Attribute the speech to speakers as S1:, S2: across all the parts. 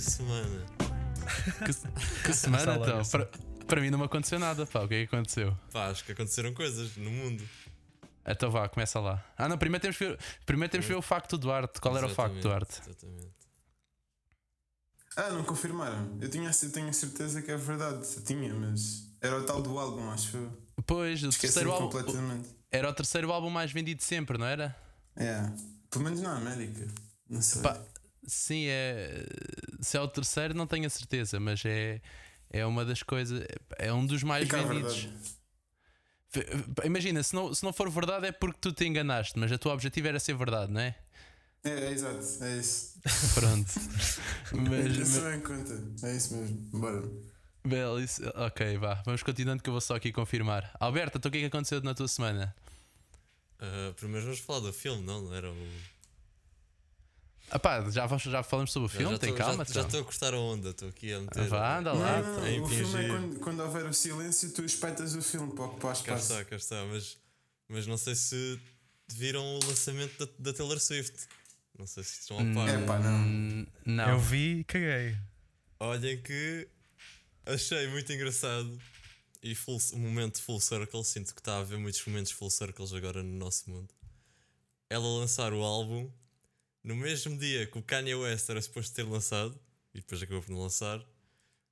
S1: semana.
S2: Que, que semana
S3: Sala
S2: então?
S3: nessa.
S2: Para, para mim não me aconteceu nada, pá. O que é que aconteceu?
S1: Pá, acho que aconteceram coisas no mundo.
S2: Então vá, começa lá. Ah, não, primeiro temos que ver, primeiro temos que ver o facto do Duarte. Qual era o facto do
S1: Exatamente,
S2: Duarte?
S1: Exatamente.
S4: Ah, não confirmaram. Eu, tinha, eu tenho certeza que é verdade. Tinha, mas. Era o tal do álbum, acho eu.
S2: Pois, o
S4: Esqueci
S2: terceiro álbum, o-
S4: completamente.
S2: era o terceiro álbum mais vendido de sempre, não era?
S4: É. Pelo menos na América. Não sei.
S2: Pá, sim, é. Se é o terceiro, não tenho a certeza, mas é. É uma das coisas. É um dos mais
S4: Fica a
S2: vendidos.
S4: verdade.
S2: F- Imagina, se não, se não for verdade é porque tu te enganaste, mas o teu objetivo era ser verdade, não é?
S4: É, é exato, é isso.
S2: Pronto. mas,
S4: Isso
S2: mas,
S4: não é em conta. É isso mesmo. Bora.
S2: Bel, isso- ok, vá. Vamos continuando que eu vou só aqui confirmar. Alberta, então o que é que aconteceu na tua semana?
S1: Ah, primeiro vamos falar do filme, não? Era o.
S2: Ah pá, já, vamos- já falamos sobre o
S1: Já
S2: filme, tem
S1: tô-
S2: calma.
S1: Já
S2: então. Ah,
S1: estou a cortar a onda, estou aqui a meter.
S2: Vá, anda lá. então.
S4: não, não,
S1: é
S4: não. O filme é
S1: impingir.
S4: quando, quando houver o silêncio, tu espetas o filme para ocupar
S1: Cá
S4: espaço.
S1: está, cá está, mas, mas não sei se viram o lançamento da, da Taylor Swift. Não sei se estão a par.
S4: É pá, não.
S2: Hum, Não.
S3: Eu vi e caguei.
S1: Olhem que achei muito engraçado e full, um momento full circle. Sinto que está a haver muitos momentos full circles agora no nosso mundo. Ela lançar o álbum no mesmo dia que o Kanye West era suposto ter lançado e depois acabou por não lançar.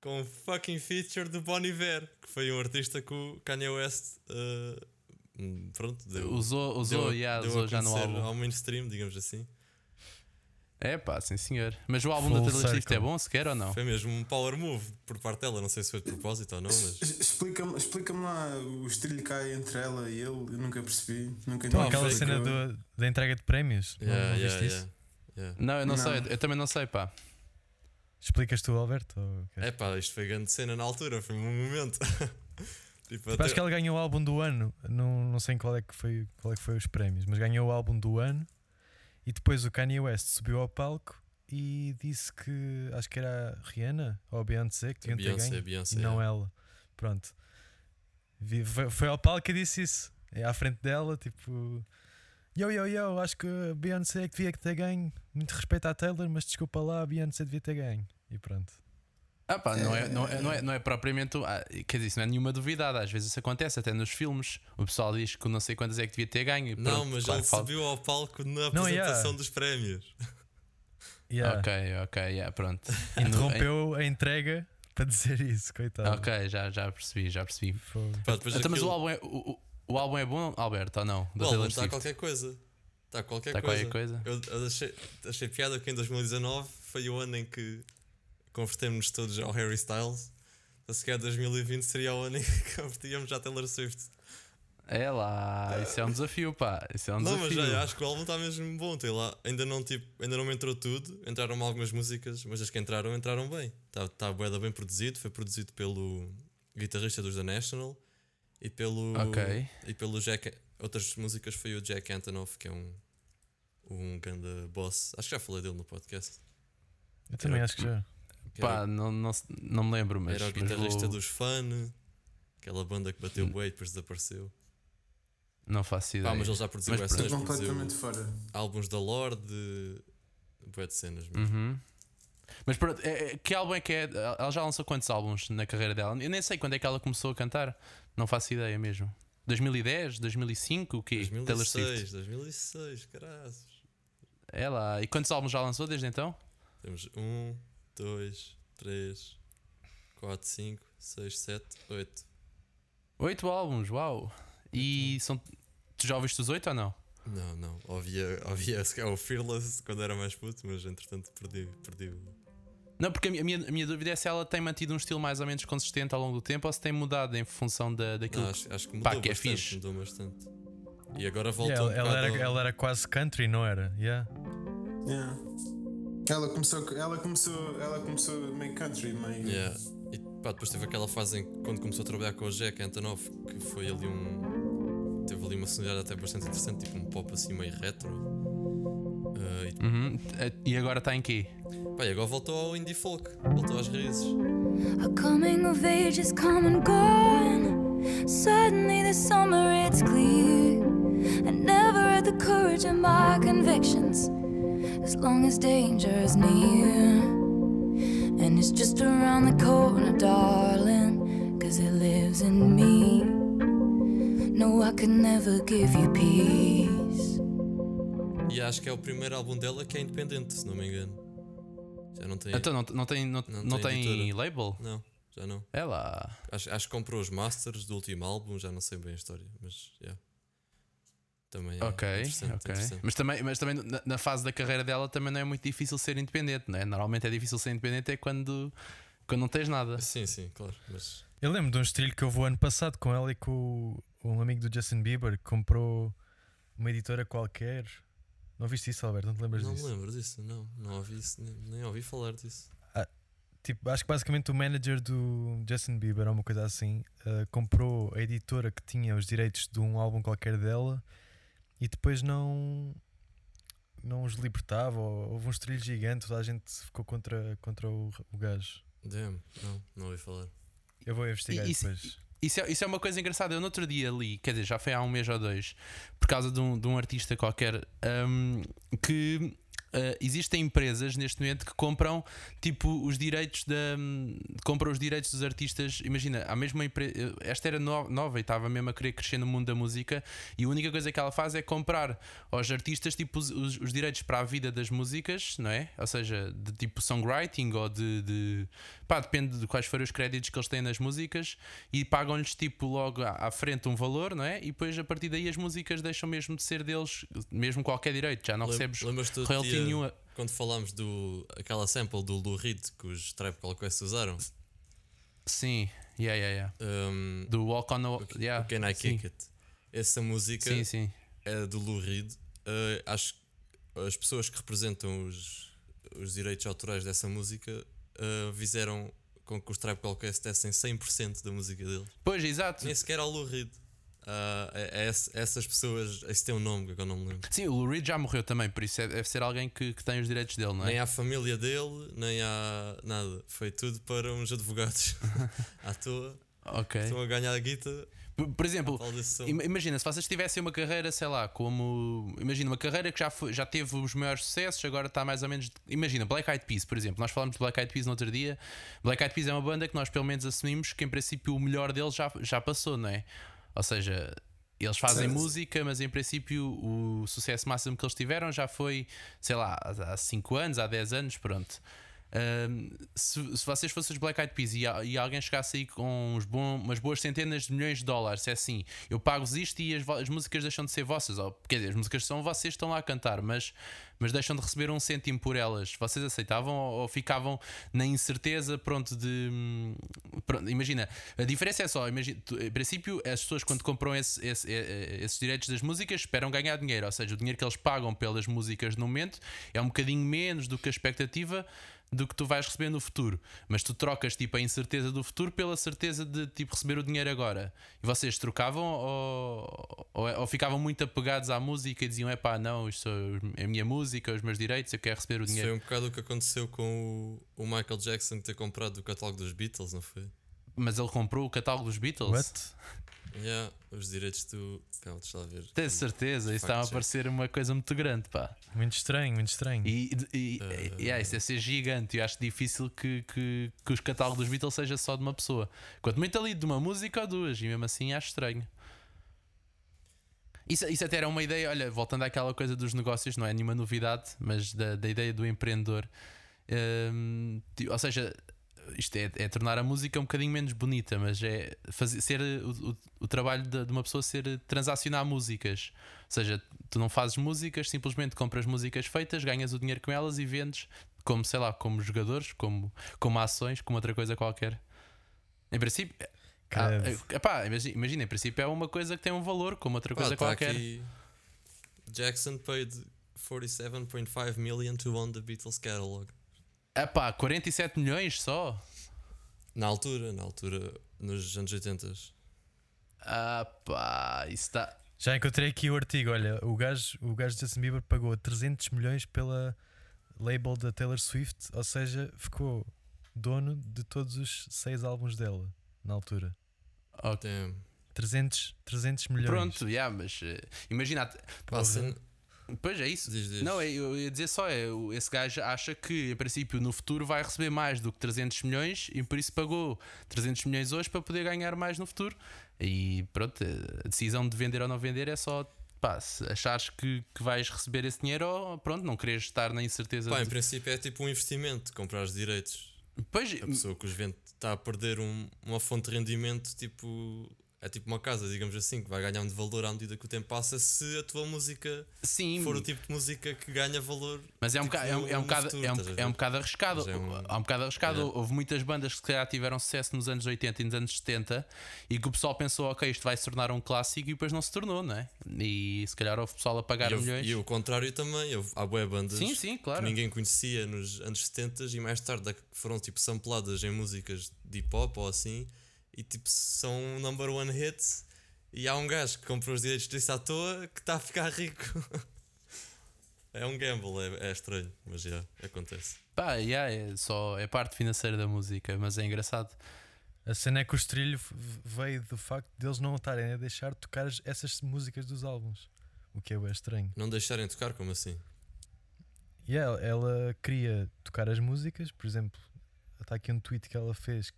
S1: Com um fucking feature do Bon Iver, que foi um artista que o Kanye West eh, hum, pronto, deu,
S2: Usou, usou,
S1: deu,
S2: já,
S1: deu a
S2: usou já no
S1: conhecer
S2: álbum.
S1: ao mainstream, digamos assim.
S2: É pá, sim senhor. Mas o álbum
S3: Full
S2: da Taylor Swift
S3: circle.
S2: é bom sequer ou não?
S1: Foi mesmo um power move por parte dela, não sei se foi de propósito ou não, mas.
S4: Es- Explica-me explica lá o estrilhacai entre ela e ele, eu nunca percebi, nunca
S3: Então,
S4: entendi.
S3: aquela
S1: foi
S3: cena
S4: Eu-
S3: do- da entrega de prémios. Não-
S1: Yeah,
S3: não
S1: yeah,
S3: viste isso?
S1: yeah, yeah.
S2: Não, eu não,
S4: Não.
S2: sei, eu também não sei, pá.
S3: Explicas tu, Alberto? ou queres?
S1: É pá, isto foi grande cena na altura, foi um momento. tipo,
S3: Tipo,
S1: até-
S3: acho que ele ganhou o álbum do ano. Não, não sei em qual é, que foi, qual é que foi os prémios, mas ganhou o álbum do ano. E depois o Kanye West subiu ao palco e disse que acho que era a Rihanna ou a Beyoncé que tinha
S1: Beyoncé,
S3: ganho
S1: Beyoncé,
S3: e não é
S1: yeah.
S3: ela. Pronto. Vi- Foi, foi ao palco e disse isso. É à frente dela, tipo. Yo, yo, yo, acho que a Beyoncé é que devia ter ganho. Muito respeito à Taylor, mas desculpa lá, a Beyoncé devia ter ganho. E pronto.
S2: Ah pá, não é, não é, não é, não é propriamente. o- ah, Quer dizer, isso não é nenhuma duvidade. Às vezes isso acontece, até nos filmes. O pessoal diz que não sei quantas é que devia ter ganho. e
S1: Não,
S2: pronto,
S1: mas
S2: claro
S1: ele
S2: que fala-
S1: subiu ao palco na
S3: Não,
S1: apresentação
S3: yeah.
S1: dos prémios.
S3: Yeah.
S2: Ok, ok, yeah, pronto. E no-
S3: Interrompeu a entrega para dizer isso,
S2: em-
S3: coitado.
S2: Ok, já, já percebi, já percebi.
S3: Fogo.
S1: Pá, depois
S2: Então, mas o
S1: aquilo-
S2: álbum é, o, o- o álbum é bom, Alberto, ou não?
S1: o
S2: Da
S1: álbum
S2: Taylor
S1: está
S2: Swift.
S1: qualquer coisa. Está qualquer
S2: Tá
S1: coisa.
S2: qualquer coisa.
S1: Eu, eu achei, achei piada que em 2019 foi o ano em que convertemos todos ao Harry Styles. Então, Se calhar 2020 seria o ano em que convertíamos à Taylor Swift.
S2: É lá, isso é um desafio, pá. Isso é um
S1: Não, mas
S2: desafio.
S1: já, acho que o álbum está mesmo bom. Tem lá, ainda não, tipo, ainda não me entrou tudo. Entraram algumas músicas, mas as que entraram, entraram bem. Está tá bué da bem produzido. Foi produzido pelo guitarrista dos The National e pelo.
S2: Ok.
S1: E pelo Jack. Outras músicas foi o Jack Antonoff, que é um. Um grande boss. Acho que já falei dele no podcast.
S3: Eu também
S1: Era-
S3: acho que já.
S1: Que
S2: Pá,
S1: era,
S2: não, não, se- não me lembro, mas.
S1: era o
S2: mas
S1: guitarrista
S2: vou-
S1: dos Fun, aquela banda que bateu bué e depois desapareceu.
S2: Não faço ideia.
S1: Pá, mas ele já produziu
S2: Mas
S1: essas,
S4: Estou
S1: produziu
S4: completamente fora.
S1: álbuns da Lorde, bué de cenas mesmo.
S2: Uhum. Mas pronto, é- é- que álbum é que é? Ela já lançou quantos álbuns na carreira dela? Eu nem sei quando é que ela começou a cantar, não faço ideia mesmo. 2010, 2005, o quê? Taylor
S1: 2006,
S2: Swift.
S1: 2006, caras.
S2: Ela, e quantos álbuns já lançou desde então?
S1: Temos 1, 2, 3, 4, 5, 6, 7, 8.
S2: Oito álbuns, uau! E são. Tu já ouviste os oito ou não?
S1: Não, não. Ouvia, ouvia se calhar, o Fearless quando era mais puto, mas entretanto perdi. perdi. o-
S2: Não, porque a minha, a minha- a minha dúvida é se ela tem mantido um estilo mais ou menos consistente ao longo do tempo ou se tem mudado em função da, daquilo.
S1: Não,
S2: que-
S1: Ah, acho, acho que mudou
S2: Pá, que é
S1: bastante.
S2: fixe.
S1: Mudou bastante. E agora voltou.
S3: Yeah,
S1: um
S3: ela,
S1: bocado
S3: era,
S1: ao-
S3: ela era quase country, não era? Yeah.
S4: Yeah. Ela começou, ela começou, ela começou meio country, meio.
S1: Yeah. E pá, depois teve aquela fase em que, quando começou a trabalhar com o Jack Antonoff, que foi ali um. Teve ali uma sonoridade até bastante interessante, tipo um pop assim meio retro. Ah, e
S2: Uhum. E agora está em quê?
S1: Pá, e agora voltou ao indie folk, voltou às raízes.
S5: A coming of age is come and gone. Suddenly the summer it's clear. I never had the courage of my convictions as long as danger is near. And it's just around the corner, darling, cause it lives in me. No, I could never give you peace.
S1: E acho que é o primeiro álbum dela que é independente, se não me engano. Já não tem.
S2: Então não, não tem, não,
S1: É. Não
S2: não
S1: tem
S2: tem
S1: editora.
S2: label?
S1: Não, já não.
S2: É lá.
S1: Acho, acho que comprou os masters do último álbum, já não sei bem a história, mas yeah. Também é
S2: Ok,
S1: interessante,
S2: ok.
S1: interessante.
S2: Mas também, mas também na, na fase da carreira dela também não é muito difícil ser independente, não é? Normalmente é difícil ser independente é quando, quando não tens nada.
S1: Sim, sim, claro. Mas
S3: Eu lembro de um estrilho que eu vou ano passado com ela e com o- um amigo do Justin Bieber que comprou uma editora qualquer. Não viste isso, Alberto? Não te lembras
S1: não me
S3: disso?
S1: lembro disso, não. Não ouvi isso, nem, nem ouvi falar disso.
S3: Tipo, acho que basicamente o manager do Justin Bieber, ou uma coisa assim, eh, comprou a editora que tinha os direitos de um álbum qualquer dela e depois não, não os libertava. ou- Houve um estrilho gigante, toda a gente ficou contra, contra o, o gajo.
S1: Damn, não, não ouvi falar.
S3: Eu vou investigar
S2: isso-
S3: depois.
S2: Isso é, isso é uma coisa engraçada. Eu no outro dia li, quer dizer, já foi há um mês ou dois, por causa de um, de um artista qualquer, hum, que ah, existem empresas neste momento que compram tipo os direitos da. hum, compram os direitos dos artistas. Imagina, a mesma empresa. Esta era no- nova e estava mesmo a querer crescer no mundo da música, e a única coisa que ela faz é comprar aos artistas tipo os, os- os direitos para a vida das músicas, não é? Ou seja, de tipo songwriting ou de, de- pá, depende de quais forem os créditos que eles têm nas músicas e pagam-lhes tipo logo à, à frente um valor, não é? E depois a partir daí as músicas deixam mesmo de ser deles, mesmo qualquer direito, já não
S1: Lem-
S2: recebes
S1: lembras-te do
S2: royalty
S1: dia-
S2: nenhuma.
S1: Quando falámos do aquela sample do Lou Reed que os Tribe Called Quest usaram,
S2: Sim, yeah, yeah, yeah.
S1: um,
S2: Do Walk on the yeah.
S1: o Can I
S2: sim.
S1: Kick It? Essa música
S2: Sim, sim.
S1: é do Lou Reed. Eh, acho que as pessoas que representam os, os direitos autorais dessa música eh, fizeram com que os Tribe Called Quest dessem 100% da música deles.
S2: Pois, exato.
S1: Nem sequer ao Lou Reed. Ah, é- é esse- essas pessoas, esse tem um nome que agora não me lembro.
S2: Sim, o Lou Reed já morreu também, por isso é- deve ser alguém que, que tem os direitos dele, não é?
S1: Nem à família dele, nem à nada. Foi tudo para uns advogados à toa.
S2: Ok.
S1: Estão a ganhar a guita.
S2: Por, por exemplo,
S1: Paulo desse som.
S2: im- imagina, se vocês tivessem uma carreira, sei lá, como. Imagina, uma carreira que já, foi- já teve os maiores sucessos, agora está mais ou menos. Imagina, Black Eyed Peas, por exemplo. Nós falámos de Black Eyed Peas no outro dia. Black Eyed Peas é uma banda que nós, pelo menos, assumimos que, em princípio, o melhor deles já, já passou, não é? Ou seja. Eles fazem
S4: Certo.
S2: música, mas em princípio o sucesso máximo que eles tiveram já foi, sei lá, há 5 anos, há 10 anos, pronto. Ahm, se, se vocês fossem os Black Eyed Peas e, a- e alguém chegasse aí com uns bom- umas boas centenas de milhões de dólares, é assim, eu pago-vos isto e as, vo- as músicas deixam de ser vossas, ou, quer dizer, as músicas são vocês que estão lá a cantar, mas, mas deixam de receber um cêntimo por elas. Vocês aceitavam ou, ou ficavam na incerteza, pronto, de. hum, pronto, imagina, a diferença é só, imagina, tu- em princípio, as pessoas quando compram esse- esse- e- e- esses direitos das músicas esperam ganhar dinheiro, ou seja, o dinheiro que eles pagam pelas músicas no momento é um bocadinho menos do que a expectativa do que tu vais receber no futuro. Mas tu trocas tipo a incerteza do futuro pela certeza de tipo receber o dinheiro agora. E vocês trocavam ou, ou, ou ficavam muito apegados à música e diziam: é pá, não, isto é a minha música, os meus direitos, eu quero receber o
S1: Isso foi
S2: dinheiro.
S1: um bocado o que aconteceu com o, o Michael Jackson ter comprado o catálogo dos Beatles, não foi?
S2: Mas ele comprou o catálogo dos Beatles.
S3: What?
S1: Yeah, os direitos do. Calma, deixa lá ver.
S2: Tenho certeza,
S1: Fact
S2: isso está a
S1: check.
S2: parecer uma coisa muito grande, pá.
S3: Muito estranho, muito estranho.
S2: E, e, eh, e- yeah, isso deve ser gigante. Eu acho difícil que, que, que os catálogos dos Beatles seja só de uma pessoa. Quanto muito ali de uma música ou duas, e mesmo assim acho estranho. Isso, isso até era uma ideia, olha, voltando àquela coisa dos negócios, não é nenhuma novidade, mas da, da ideia do empreendedor. Hum, ti- ou seja, isto é, é tornar a música um bocadinho menos bonita, mas é fazer, ser uh, o, o- o trabalho de, de uma pessoa ser uh, transacionar músicas. Ou seja, tu não fazes músicas, simplesmente compras músicas feitas, ganhas o dinheiro com elas e vendes como, sei lá, como jogadores, como, como ações, como outra coisa qualquer. Em princípio, ah,
S3: Credo.
S2: eh, epá, imagina, imagina, em princípio é uma coisa que tem um valor, como outra
S1: Pá,
S2: coisa
S1: tá
S2: qualquer.
S1: aqui, Jackson paid 47.5 million to own the Beatles catalog.
S2: Epá, 47 milhões só?
S1: Na altura, na altura, nos anos 80.
S2: Ah, pá, isso tá está.
S3: Já encontrei aqui o artigo. Olha, o gajo, o gajo de Justin Bieber pagou 300 milhões pela label da Taylor Swift, ou seja, ficou dono de todos os seis álbuns dela na altura.
S2: Ok.
S1: Damn.
S3: 300, 300 milhões.
S2: Pronto, yeah, mas eh, imagina,
S1: Pá, a cena-
S2: Pois é isso.
S1: Diz, diz.
S2: Não, eu eu ia dizer só, é, o- esse gajo acha que, em princípio, no futuro vai receber mais do que 300 milhões e por isso pagou 300 milhões hoje para poder ganhar mais no futuro. E pronto, a decisão de vender ou não vender é só. Pá, se achares que, que vais receber esse dinheiro ou pronto, não queres estar na incerteza.
S1: Pá, em
S2: de-
S1: princípio é tipo um investimento, comprar os direitos.
S2: Pois,
S1: A pessoa que os vende está a perder um- uma fonte de rendimento, tipo. É tipo uma casa, digamos assim, que vai ganhando valor à medida que o tempo passa se a tua música
S2: sim,
S1: for o tipo de música que ganha valor.
S2: Hum. Mas é um
S1: tipo,
S2: bocado, é um,
S1: no-
S2: é um
S1: no
S2: bocado,
S1: futuro,
S2: é um,
S1: estás a ver?
S2: é um bocado arriscado.
S1: Mas é um-
S2: Há um bocado arriscado. Houve muitas bandas que se calhar tiveram sucesso nos anos 80 e nos anos 70 e que o pessoal pensou, ok, isto vai se tornar um clássico e depois não se tornou, não é? E se calhar houve pessoal a pagar
S1: E houve-
S2: milhões.
S1: E o contrário também, houve, há bué bandas
S2: Sim, sim, claro.
S1: que ninguém conhecia nos anos 70 e mais tarde é que foram tipo sampladas em músicas de hip hop ou assim e tipo são um number one hit e há um gajo que comprou os direitos disso à toa que está a ficar rico. é um gamble, é, é estranho, mas já acontece.
S2: Pá, yeah, é só é parte financeira da música, mas é engraçado.
S3: A cena é que o estrilho v- veio do facto deles não estarem a deixar tocar as- essas músicas dos álbuns. O que é bem estranho.
S1: Não deixarem tocar, como assim?
S3: E ela, ela queria tocar as músicas, por exemplo, está aqui um tweet que ela fez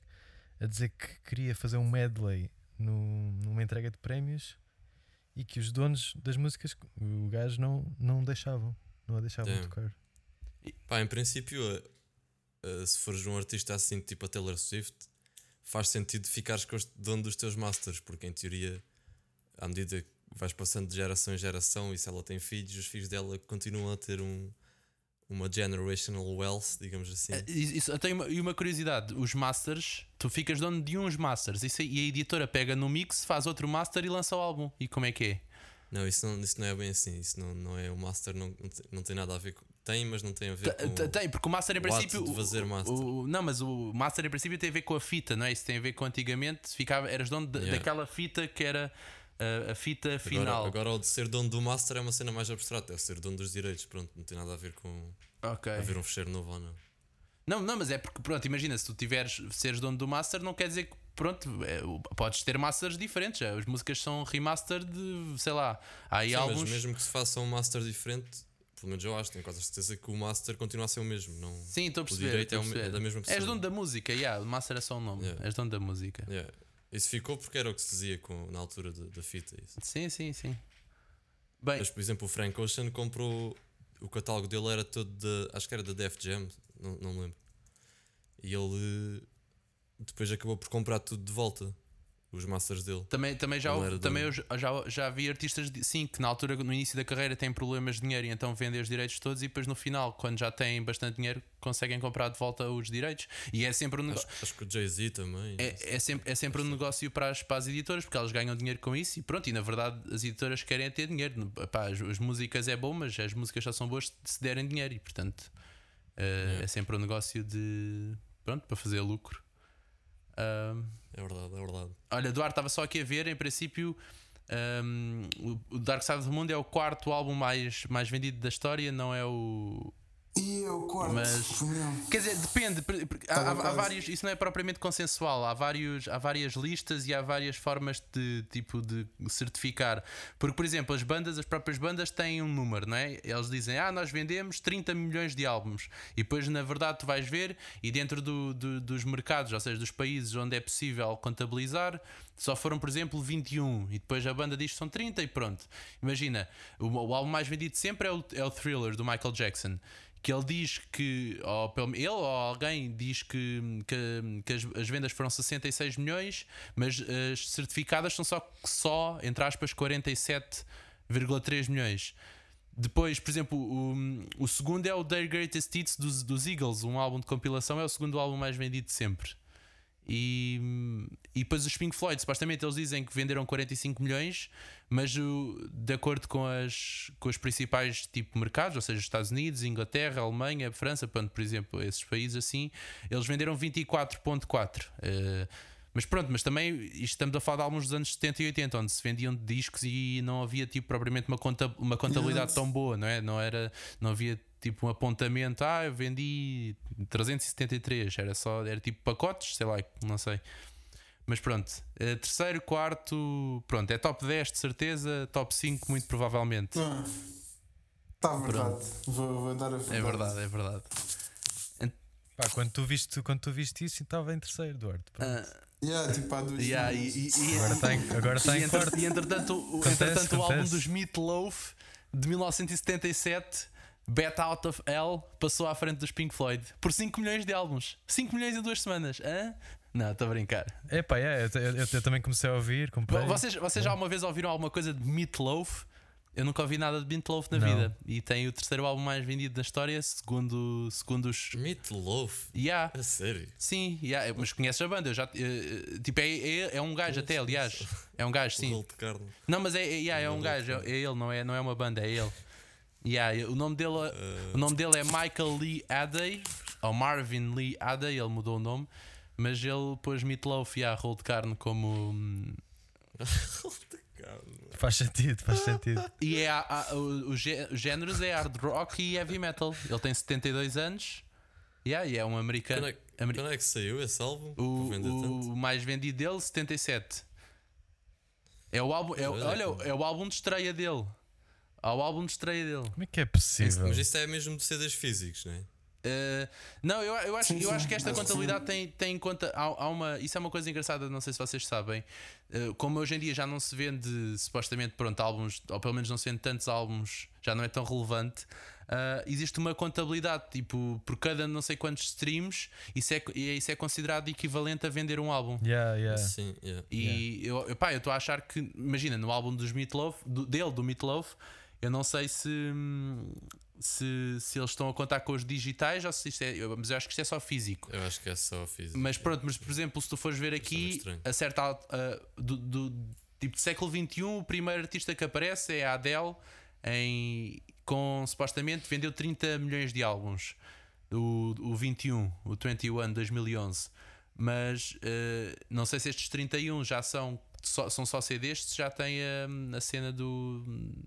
S3: a dizer que queria fazer um medley no- numa entrega de prémios e que os donos das músicas, o gajo, não, não deixavam. Não a deixavam
S1: Damn.
S3: tocar.
S1: Pá, em princípio, a- a- se fores um artista assim, tipo a Taylor Swift, faz sentido ficares com o dono dos teus masters, porque em teoria, à medida que vais passando de geração em geração, e se ela tem filhos, os filhos dela continuam a ter um, uma generational wealth, digamos assim.
S2: É, E- Eh, Isso, eu tenho uma, e uma curiosidade: os masters, tu ficas dono de uns masters isso aí- e a editora pega no mix, faz outro master e lança o álbum. E como é que é?
S1: Não, isso não, isso não é bem assim. Isso não, não é o master, não, não tem- não tem nada a ver com. Tem, mas não tem a ver
S2: Te-
S1: com.
S2: te- Tem, porque o Master em
S1: o ato
S2: princípio.
S1: de
S2: o-
S1: fazer master.
S2: o- não, mas o Master em princípio tem a ver com a fita, não é? Isso tem a ver com antigamente ficava, eras dono da-
S1: Yeah.
S2: daquela fita que era uh, a fita final.
S1: Agora, agora, o de ser dono do master é uma cena mais abstrata, é ser dono dos direitos, pronto, não tem nada a ver com
S2: Ok.
S1: haver um fecheiro novo ou não.
S2: Não, não, mas é porque, pronto, imagina, se tu tiveres, seres dono do Master, não quer dizer que, pronto, é, o- podes ter Masters diferentes. já. As músicas são remaster de, sei lá, há aí
S1: Sim,
S2: alguns.
S1: mas mesmo que se faça um master diferente, pelo menos eu acho, tenho quase certeza que o master continua a ser o mesmo. Não...
S2: Sim, estou a
S1: o
S2: perceber.
S1: direito
S2: estou a
S1: é o me-
S2: perceber.
S1: é da mesma
S2: És
S1: pessoa.
S2: dono da música, yeah, o Master é só um nome.
S1: Yeah.
S2: És dono da música.
S1: Yeah. Isso ficou porque era o que se dizia com- na altura da- da fita. Isso.
S2: Sim, sim, sim. Bem,
S1: Mas, por exemplo, o Frank Ocean comprou. O catálogo dele era todo de. Acho que era da Def Jam, não, não me lembro. E ele eh, depois acabou por comprar tudo de volta. Os masters dele.
S2: Também, também, já,
S1: Não
S2: houve-
S1: era do-
S2: também eu já, já- já vi artistas, de- sim, que na altura, no início da carreira, têm problemas de dinheiro e então vendem os direitos todos e depois no final, quando já têm bastante dinheiro, conseguem comprar de volta os direitos. E é sempre um
S1: Acho,
S2: negócio.
S1: acho que o Jay-Z também.
S2: É, é sempre, é sempre um negócio para as, para as editoras, porque elas ganham dinheiro com isso e pronto. E na verdade, as editoras querem é ter dinheiro. Pá, as, as músicas é bom, mas as músicas só são boas se derem dinheiro e portanto eh, é sempre um negócio de. Pronto, para fazer lucro. Ahm,
S1: É verdade, é verdade.
S2: Olha, Eduardo, estava só aqui a ver, em princípio, hum, o- o Dark Side of the Moon é o quarto álbum mais, mais vendido da história, não é o.
S4: E eu quarto,
S2: Mas-
S4: não.
S2: Quer dizer, depende, por- por- há,
S4: Tá bom,
S2: há- há
S4: quase.
S2: vários, isso não é propriamente consensual, há, vários, há várias listas e há várias formas de tipo de certificar. Porque, por exemplo, as bandas, as próprias bandas têm um número, não é? Eles dizem, ah, nós vendemos 30 milhões de álbuns. E depois, na verdade, tu vais ver e dentro do- do- dos mercados, ou seja, dos países onde é possível contabilizar, só foram, por exemplo, 21. E depois a banda diz que são 30 e pronto. Imagina, o, o álbum mais vendido sempre é o- é o Thriller, do Michael Jackson que ele diz que, ou pelo- ele ou alguém diz que, que, que as, as vendas foram 66 milhões, mas as certificadas são só, só entre aspas, 47,3 milhões. Depois, por exemplo, o, o segundo é o Their Greatest Hits dos, dos Eagles, um álbum de compilação, é o segundo álbum mais vendido de sempre. E, e depois os Pink Floyd, supostamente eles dizem que venderam 45 milhões, mas o- de acordo com, as, com os principais tipo mercados, ou seja, Estados Unidos, Inglaterra, Alemanha, França, pronto, por exemplo, esses países assim, eles venderam 24,4. eh, mas pronto, mas também isto estamos a falar de alguns dos anos 70 e 80, onde se vendiam discos e não havia tipo propriamente uma, conta, uma contabilidade
S4: Exato.
S2: tão boa, não é? Não, era, não havia tipo um apontamento, ah, eu vendi 373, era só, era tipo pacotes, sei lá, não sei. Mas pronto, eh, terceiro, quarto, pronto, é top 10 de certeza, top 5 muito provavelmente.
S4: Ah, Está verdade. Vou, vou dar a verdade.
S2: É verdade, é verdade.
S3: Pá, quando tu viste, quando tu viste isso, estava em terceiro, Duarte. Pronto.
S2: Ah,
S4: Yeah, tipo, há duas
S2: yeah,
S4: semanas.
S2: e, e- e-
S3: Agora está em, agora está
S2: e
S3: em
S2: entre-
S3: quarto.
S2: e entretanto, o-
S3: Acontece,
S2: entretanto o álbum
S3: acontece.
S2: dos Meat Loaf de 1977, Bet Out of Hell, passou à frente dos Pink Floyd por 5 milhões de álbuns. 5 milhões em duas semanas. Hã? Não, estou a brincar.
S3: É pá, é, eu, eu- eu também comecei a ouvir, comprei.
S2: Vo- Vocês, vocês já alguma vez ouviram alguma coisa de Meat Loaf? Eu nunca ouvi nada de Meat Loaf na
S3: Não.
S2: vida. E tem o terceiro álbum mais vendido da história, segundo, segundo os.
S1: Meatloaf?
S2: Yeah.
S1: A sério?
S2: Sim, yeah, mas conheces a banda, eu já. eh, eh, tipo, é, é, é um gajo, até, aliás. É um gajo,
S1: Sim.
S2: sim. Não, mas é, é, yeah, é um gajo, é, é ele, não é, não é uma banda, é ele. Yeah, o, nome dele, o nome dele é Michael Lee Aday, ou Marvin Lee Aday, ele mudou o nome, mas ele pôs Meatloaf e a rolo de carne como. hum,
S3: Faz sentido, faz sentido.
S2: E é a, a- o- os gé- os géneros é hard rock e heavy metal. Ele tem 72 anos yeah, e é um americano.
S1: Quando é, que-
S2: Ameri-
S1: quando é que saiu esse álbum? Para vender tanto?
S2: o, o mais vendido dele, 77. É o álbum, é, o-
S1: Olha.
S2: olha, é o álbum de estreia dele. É o álbum de estreia dele.
S3: Como é que é
S1: Isso-
S3: possível?
S1: mas isso é mesmo de CDs físicos, não é?
S2: Uh, não, eu, eu, acho,
S4: Sim,
S2: eu
S4: sim,
S2: acho que esta
S4: acho que
S2: contabilidade tem, tem em conta. Há, há uma, isso é uma coisa engraçada, não sei se vocês sabem. Uh, como hoje em dia já não se vende, supostamente, pronto, álbuns, ou pelo menos não se vende tantos álbuns, já não é tão relevante. uh, existe uma contabilidade, tipo, por cada não sei quantos streams, isso é, co- e isso é considerado equivalente a vender um álbum.
S3: Yeah, yeah.
S1: Sim, yeah.
S2: E eu, eu, pá, eu estou a achar que, imagina, no álbum dos Meatloaf, do, dele, do Meatloaf, eu não sei se, hum, se, se eles estão a contar com os digitais ou se isto é. eu- Mas eu acho que isto é só físico.
S1: Eu acho que é só físico.
S2: Mas pronto, mas por exemplo, se tu fores ver aqui,
S1: é estranho.
S2: a certa alt- ah, do, do- tipo de século XXI, o primeiro artista que aparece é a Adele, em, com supostamente vendeu 30 milhões de álbuns. O, o 21, o 21, 2011. Mas ah, não sei se estes 31 já são. Só, são só CDs, se já tem ah, a, cena do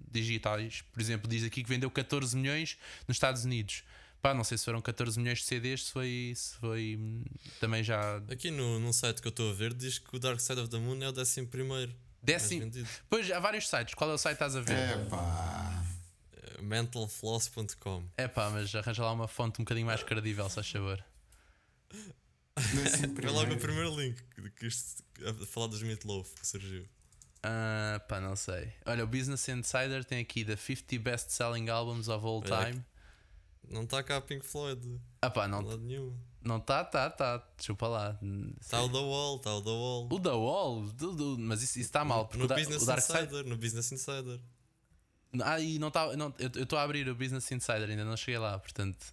S2: digitais. Por exemplo, diz aqui que vendeu 14 milhões nos Estados Unidos. Pá, não sei se foram 14 milhões de CDs, se foi, se foi hum, também já.
S1: Aqui no, num site que eu estou a ver diz que o Dark Side of the Moon é o décimo primeiro. mais
S2: Décimo.
S1: vendido.
S2: Pois há vários sites. Qual é o site que estás a ver?
S4: É pá.
S1: Eh, Mentalfloss.com.
S2: É pá, mas arranja lá uma fonte um bocadinho mais credível, se faz favor.
S4: Décimo
S1: É logo o
S4: primeiro.
S1: primeiro link que, que isto- a falar dos Meatloaf que surgiu.
S2: Ah, pá, não sei. Olha, o Business Insider tem aqui The 50 Best Selling Albums of All
S1: Olha
S2: Time.
S1: Não está cá Pink Floyd, de
S2: Ah, pá, não,
S1: lado nenhum.
S2: não tá, tá, tá. Chupa lá.
S1: Está o The Wall, está o The Wall.
S2: O The Wall, do- do- mas isso está mal. Porque
S1: no
S2: o, da,
S1: Business
S2: o Dark Side.
S1: Insider, no Business Insider.
S2: Ah, e não está. Não, eu estou a abrir o Business Insider, ainda não cheguei lá, portanto.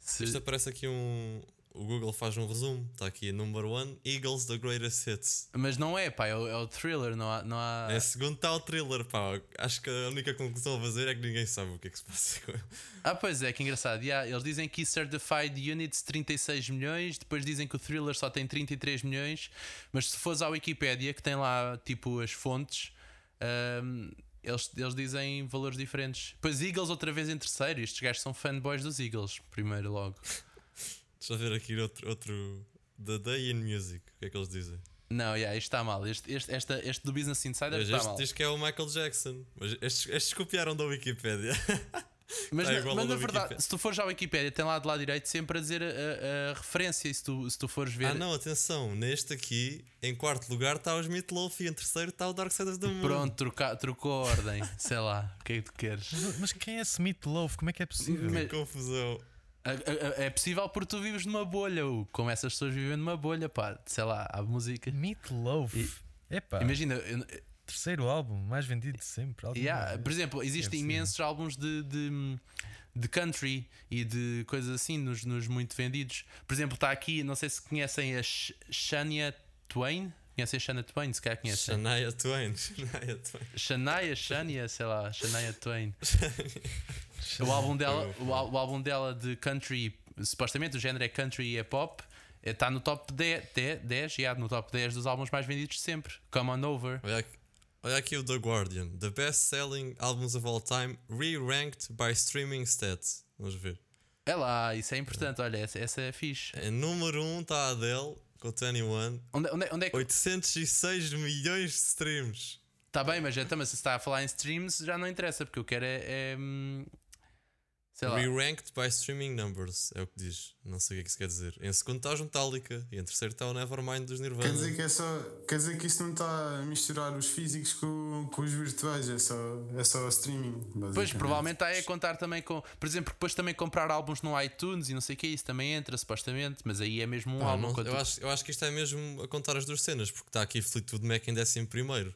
S2: se-
S1: Isto aparece aqui um. O Google faz um resumo. Está aqui number one, Eagles the Greatest Hits.
S2: Mas não é, pá, é o, é o thriller, não há. Não há...
S1: Em É, segundo está o thriller, pá. Acho que a única conclusão a fazer é que ninguém sabe o que é que se passa com ele.
S2: Ah, pois é, que engraçado. Yeah, eles dizem que Certified Units 36 milhões, depois dizem que o Thriller só tem 33 milhões, mas se fores à Wikipédia, que tem lá tipo as fontes, ahm, eles, eles dizem valores diferentes. Pois Eagles outra vez em terceiro, estes gajos são fanboys dos Eagles, primeiro logo.
S1: Deixa eu ver aqui outro. outro The Day in Music. O que é que eles dizem?
S2: Não, yeah, isto está mal. Este, este, esta, este do Business Insider
S1: Mas
S2: está
S1: este
S2: mal.
S1: diz que é o Michael Jackson. Mas estes, estes copiaram da Wikipédia.
S2: Mas,
S1: Tá
S2: na-
S1: igual
S2: mas
S1: ao
S2: na
S1: da
S2: verdade,
S1: Wikipédia.
S2: se tu fores à Wikipédia, tem lá do lado direito sempre a dizer a, a- a referência. E se tu, se tu fores ver.
S1: Ah, não, atenção. Neste aqui, em quarto lugar, está o Smith Loaf e em terceiro está o Dark Side of the Moon.
S2: Pronto, troca- trocou a ordem. Sei lá, o que é que tu queres?
S3: Mas, mas quem é esse Meatloaf? Como é que é possível?
S2: Mas-
S1: Confusão.
S2: A- a- a- É possível porque tu vives numa bolha, Hugo, como essas pessoas vivem numa bolha, pá, sei lá, há música.
S3: Meatloaf? Epá,
S2: Imagina, eu- eu-
S3: terceiro álbum mais vendido de sempre. alguma
S2: yeah,
S3: vez.
S2: por exemplo, existem
S3: É possível.
S2: imensos álbuns de, de, de country e de coisas assim nos, nos muito vendidos. Por exemplo, está aqui, não sei se conhecem a Sh- Shania Twain. Conhecem a Shania Twain? Se calhar conhecem.
S1: Shania Twain. Shania Twain.
S2: Shania, Shania, sei lá, Shania Twain. o, álbum dela, o, al- o álbum dela de country, supostamente o género é country e é pop, está no top 10, 10, 10 yeah, no top 10 dos álbuns mais vendidos de sempre. Come on over.
S1: Olha aqui, olha aqui o The Guardian. The best selling albums of all time, re-ranked by streaming stats. Vamos ver.
S2: É lá, isso é importante, olha, essa, essa é fixe.
S1: Em número 1 um está a Adele com 21.
S2: Onde, onde, é- onde é que.
S1: 806 milhões de streams.
S2: tá Está bem, mas, então, mas se está a falar em streams já não interessa, porque eu quero é. é, hum, Sei lá.
S1: Re-ranked by streaming numbers, é o que diz. Não sei o que é que isso quer dizer. Em segundo está os Metallica e em terceiro está o Nevermind dos Nirvana.
S4: Quer dizer que é só. Quer dizer que isso não está a misturar os físicos com, com os virtuais, é só, é só streaming.
S2: Pois,
S4: basicamente.
S1: né?
S2: provavelmente aí é contar também com. Por exemplo, depois também comprar álbuns no iTunes e não sei o que, isso também entra supostamente, mas aí é mesmo um
S1: Ah,
S2: álbum.
S1: não-
S2: quanto-
S1: eu, acho, eu acho que isto é mesmo a contar as duas cenas, porque está aqui Fleetwood Mac em décimo primeiro.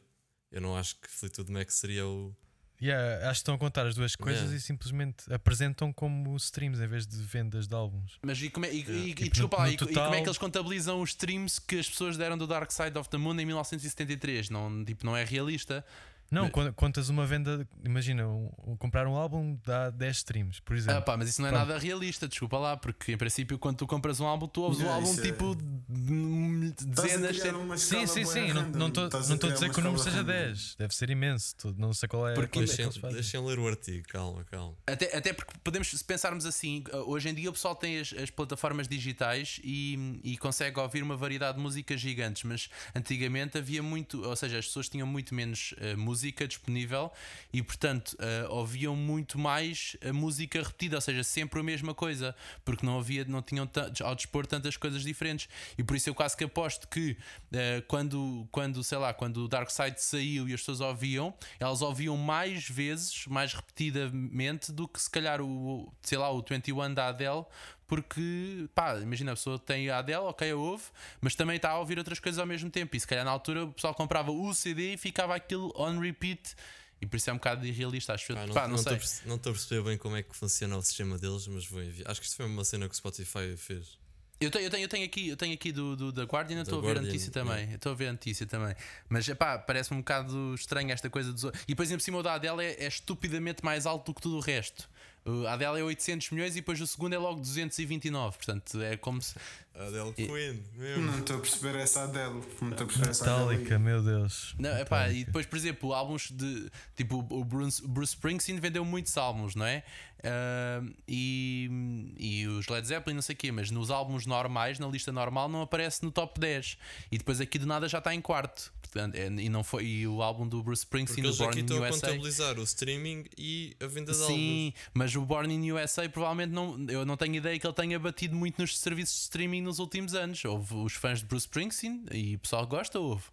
S1: Eu não acho que Fleetwood Mac seria o.
S3: Yeah, acho que estão a contar as duas coisas
S1: Yeah.
S3: e simplesmente apresentam como streams em vez de vendas de álbuns.
S2: Mas e, como é, e, e- e
S3: Tipo,
S2: desculpa
S3: no-
S2: lá,
S3: no
S2: e, co- e
S3: total-
S2: como é que eles contabilizam os streams que as pessoas deram do Dark Side of the Moon em 1973? Não, tipo, não é realista.
S3: Não,
S2: Mas-
S3: quando contas uma venda, imagina, um- um- comprar um álbum dá 10 streams, por exemplo.
S2: Ah, pá, mas isso não é
S3: Pronto.
S2: nada realista, desculpa lá, porque em princípio quando tu compras um álbum, tu ouves
S4: Yeah,
S2: o álbum
S4: isso é-
S2: tipo de- de-
S4: Estás a
S2: dezenas. cent-
S4: criar um é uma
S3: Sim,
S4: escala
S3: sim,
S4: bué
S3: sim. não-
S4: random,
S3: Não estou
S4: estás
S3: a
S4: criar
S3: dizer
S4: uma
S3: que o número
S4: escala
S3: seja
S4: random.
S3: 10. Deve ser imenso. tu- Não sei qual é a
S2: Porque-
S3: conta que
S1: Deixem,
S3: eles fazem.
S1: deixem ler o artigo, calma, calma.
S2: Até, até porque podemos, se pensarmos assim, hoje em dia o pessoal tem as, as plataformas digitais e, e consegue ouvir uma variedade de músicas gigantes, mas antigamente havia muito, ou seja, as pessoas tinham muito menos eh, música disponível e, portanto, eh, ouviam muito mais a música repetida, ou seja, sempre a mesma coisa, porque não havia, não tinham ta- ao dispor tantas coisas diferentes. E por isso eu quase que aposto que eh, quando, quando, sei lá, quando o Dark Side saiu e as pessoas ouviam, elas ouviam mais vezes, mais repetidamente do que se calhar o, sei lá, o 21 da Adele, porque, pá, imagina, a pessoa tem a Adele, ok, a ouve, mas também está a ouvir outras coisas ao mesmo tempo. E se calhar na altura o pessoal comprava o CD e ficava aquilo on repeat. E por isso é um bocado irrealista, acho eu.
S1: Pá, Ah, não
S2: Pá, não,
S1: estou
S2: sei.
S1: a perce- não estou a perceber bem como é que funciona o sistema deles, mas vou enviar. Acho que isto foi uma cena que o Spotify fez.
S2: Eu tenho, eu tenho, eu tenho aqui, eu tenho aqui do, do- da Guardian, eu estou a ver a
S1: Guardian,
S2: notícia também. eu Estou a ver a notícia também. Mas epá, parece-me um bocado estranho esta coisa dos. outros. E depois em cima o da Adele é, é estupidamente mais alto do que tudo o resto. O- A Adele é 800 milhões e depois o segundo é logo 229. Portanto, é como se.
S1: Adele Queen, mesmo.
S4: Não estou a perceber essa Adele. Não estou a perceber essa
S3: Metallica,
S4: Adele.
S3: meu Deus.
S1: Então,
S2: Não, epá, e depois, por exemplo, álbuns de. Tipo, o Bruce, o Bruce Springsteen vendeu muitos álbuns, não é? Ah, e, e os Led Zeppelin, não sei o quê, mas nos álbuns normais, na lista normal, não aparece no top 10. E depois aqui do nada já está em quarto. Portanto, é- e, não foi, e o álbum do Bruce
S1: Porque
S2: Springsteen, do
S1: eles aqui
S2: Born in
S1: estão a
S2: USA.
S1: contabilizar o streaming e a venda de álbuns.
S2: Sim, mas o Born in USA provavelmente não. Eu não tenho ideia que ele tenha batido muito nos serviços de streaming nos últimos anos. Houve os fãs de Bruce Springsteen e o pessoal gosta, houve.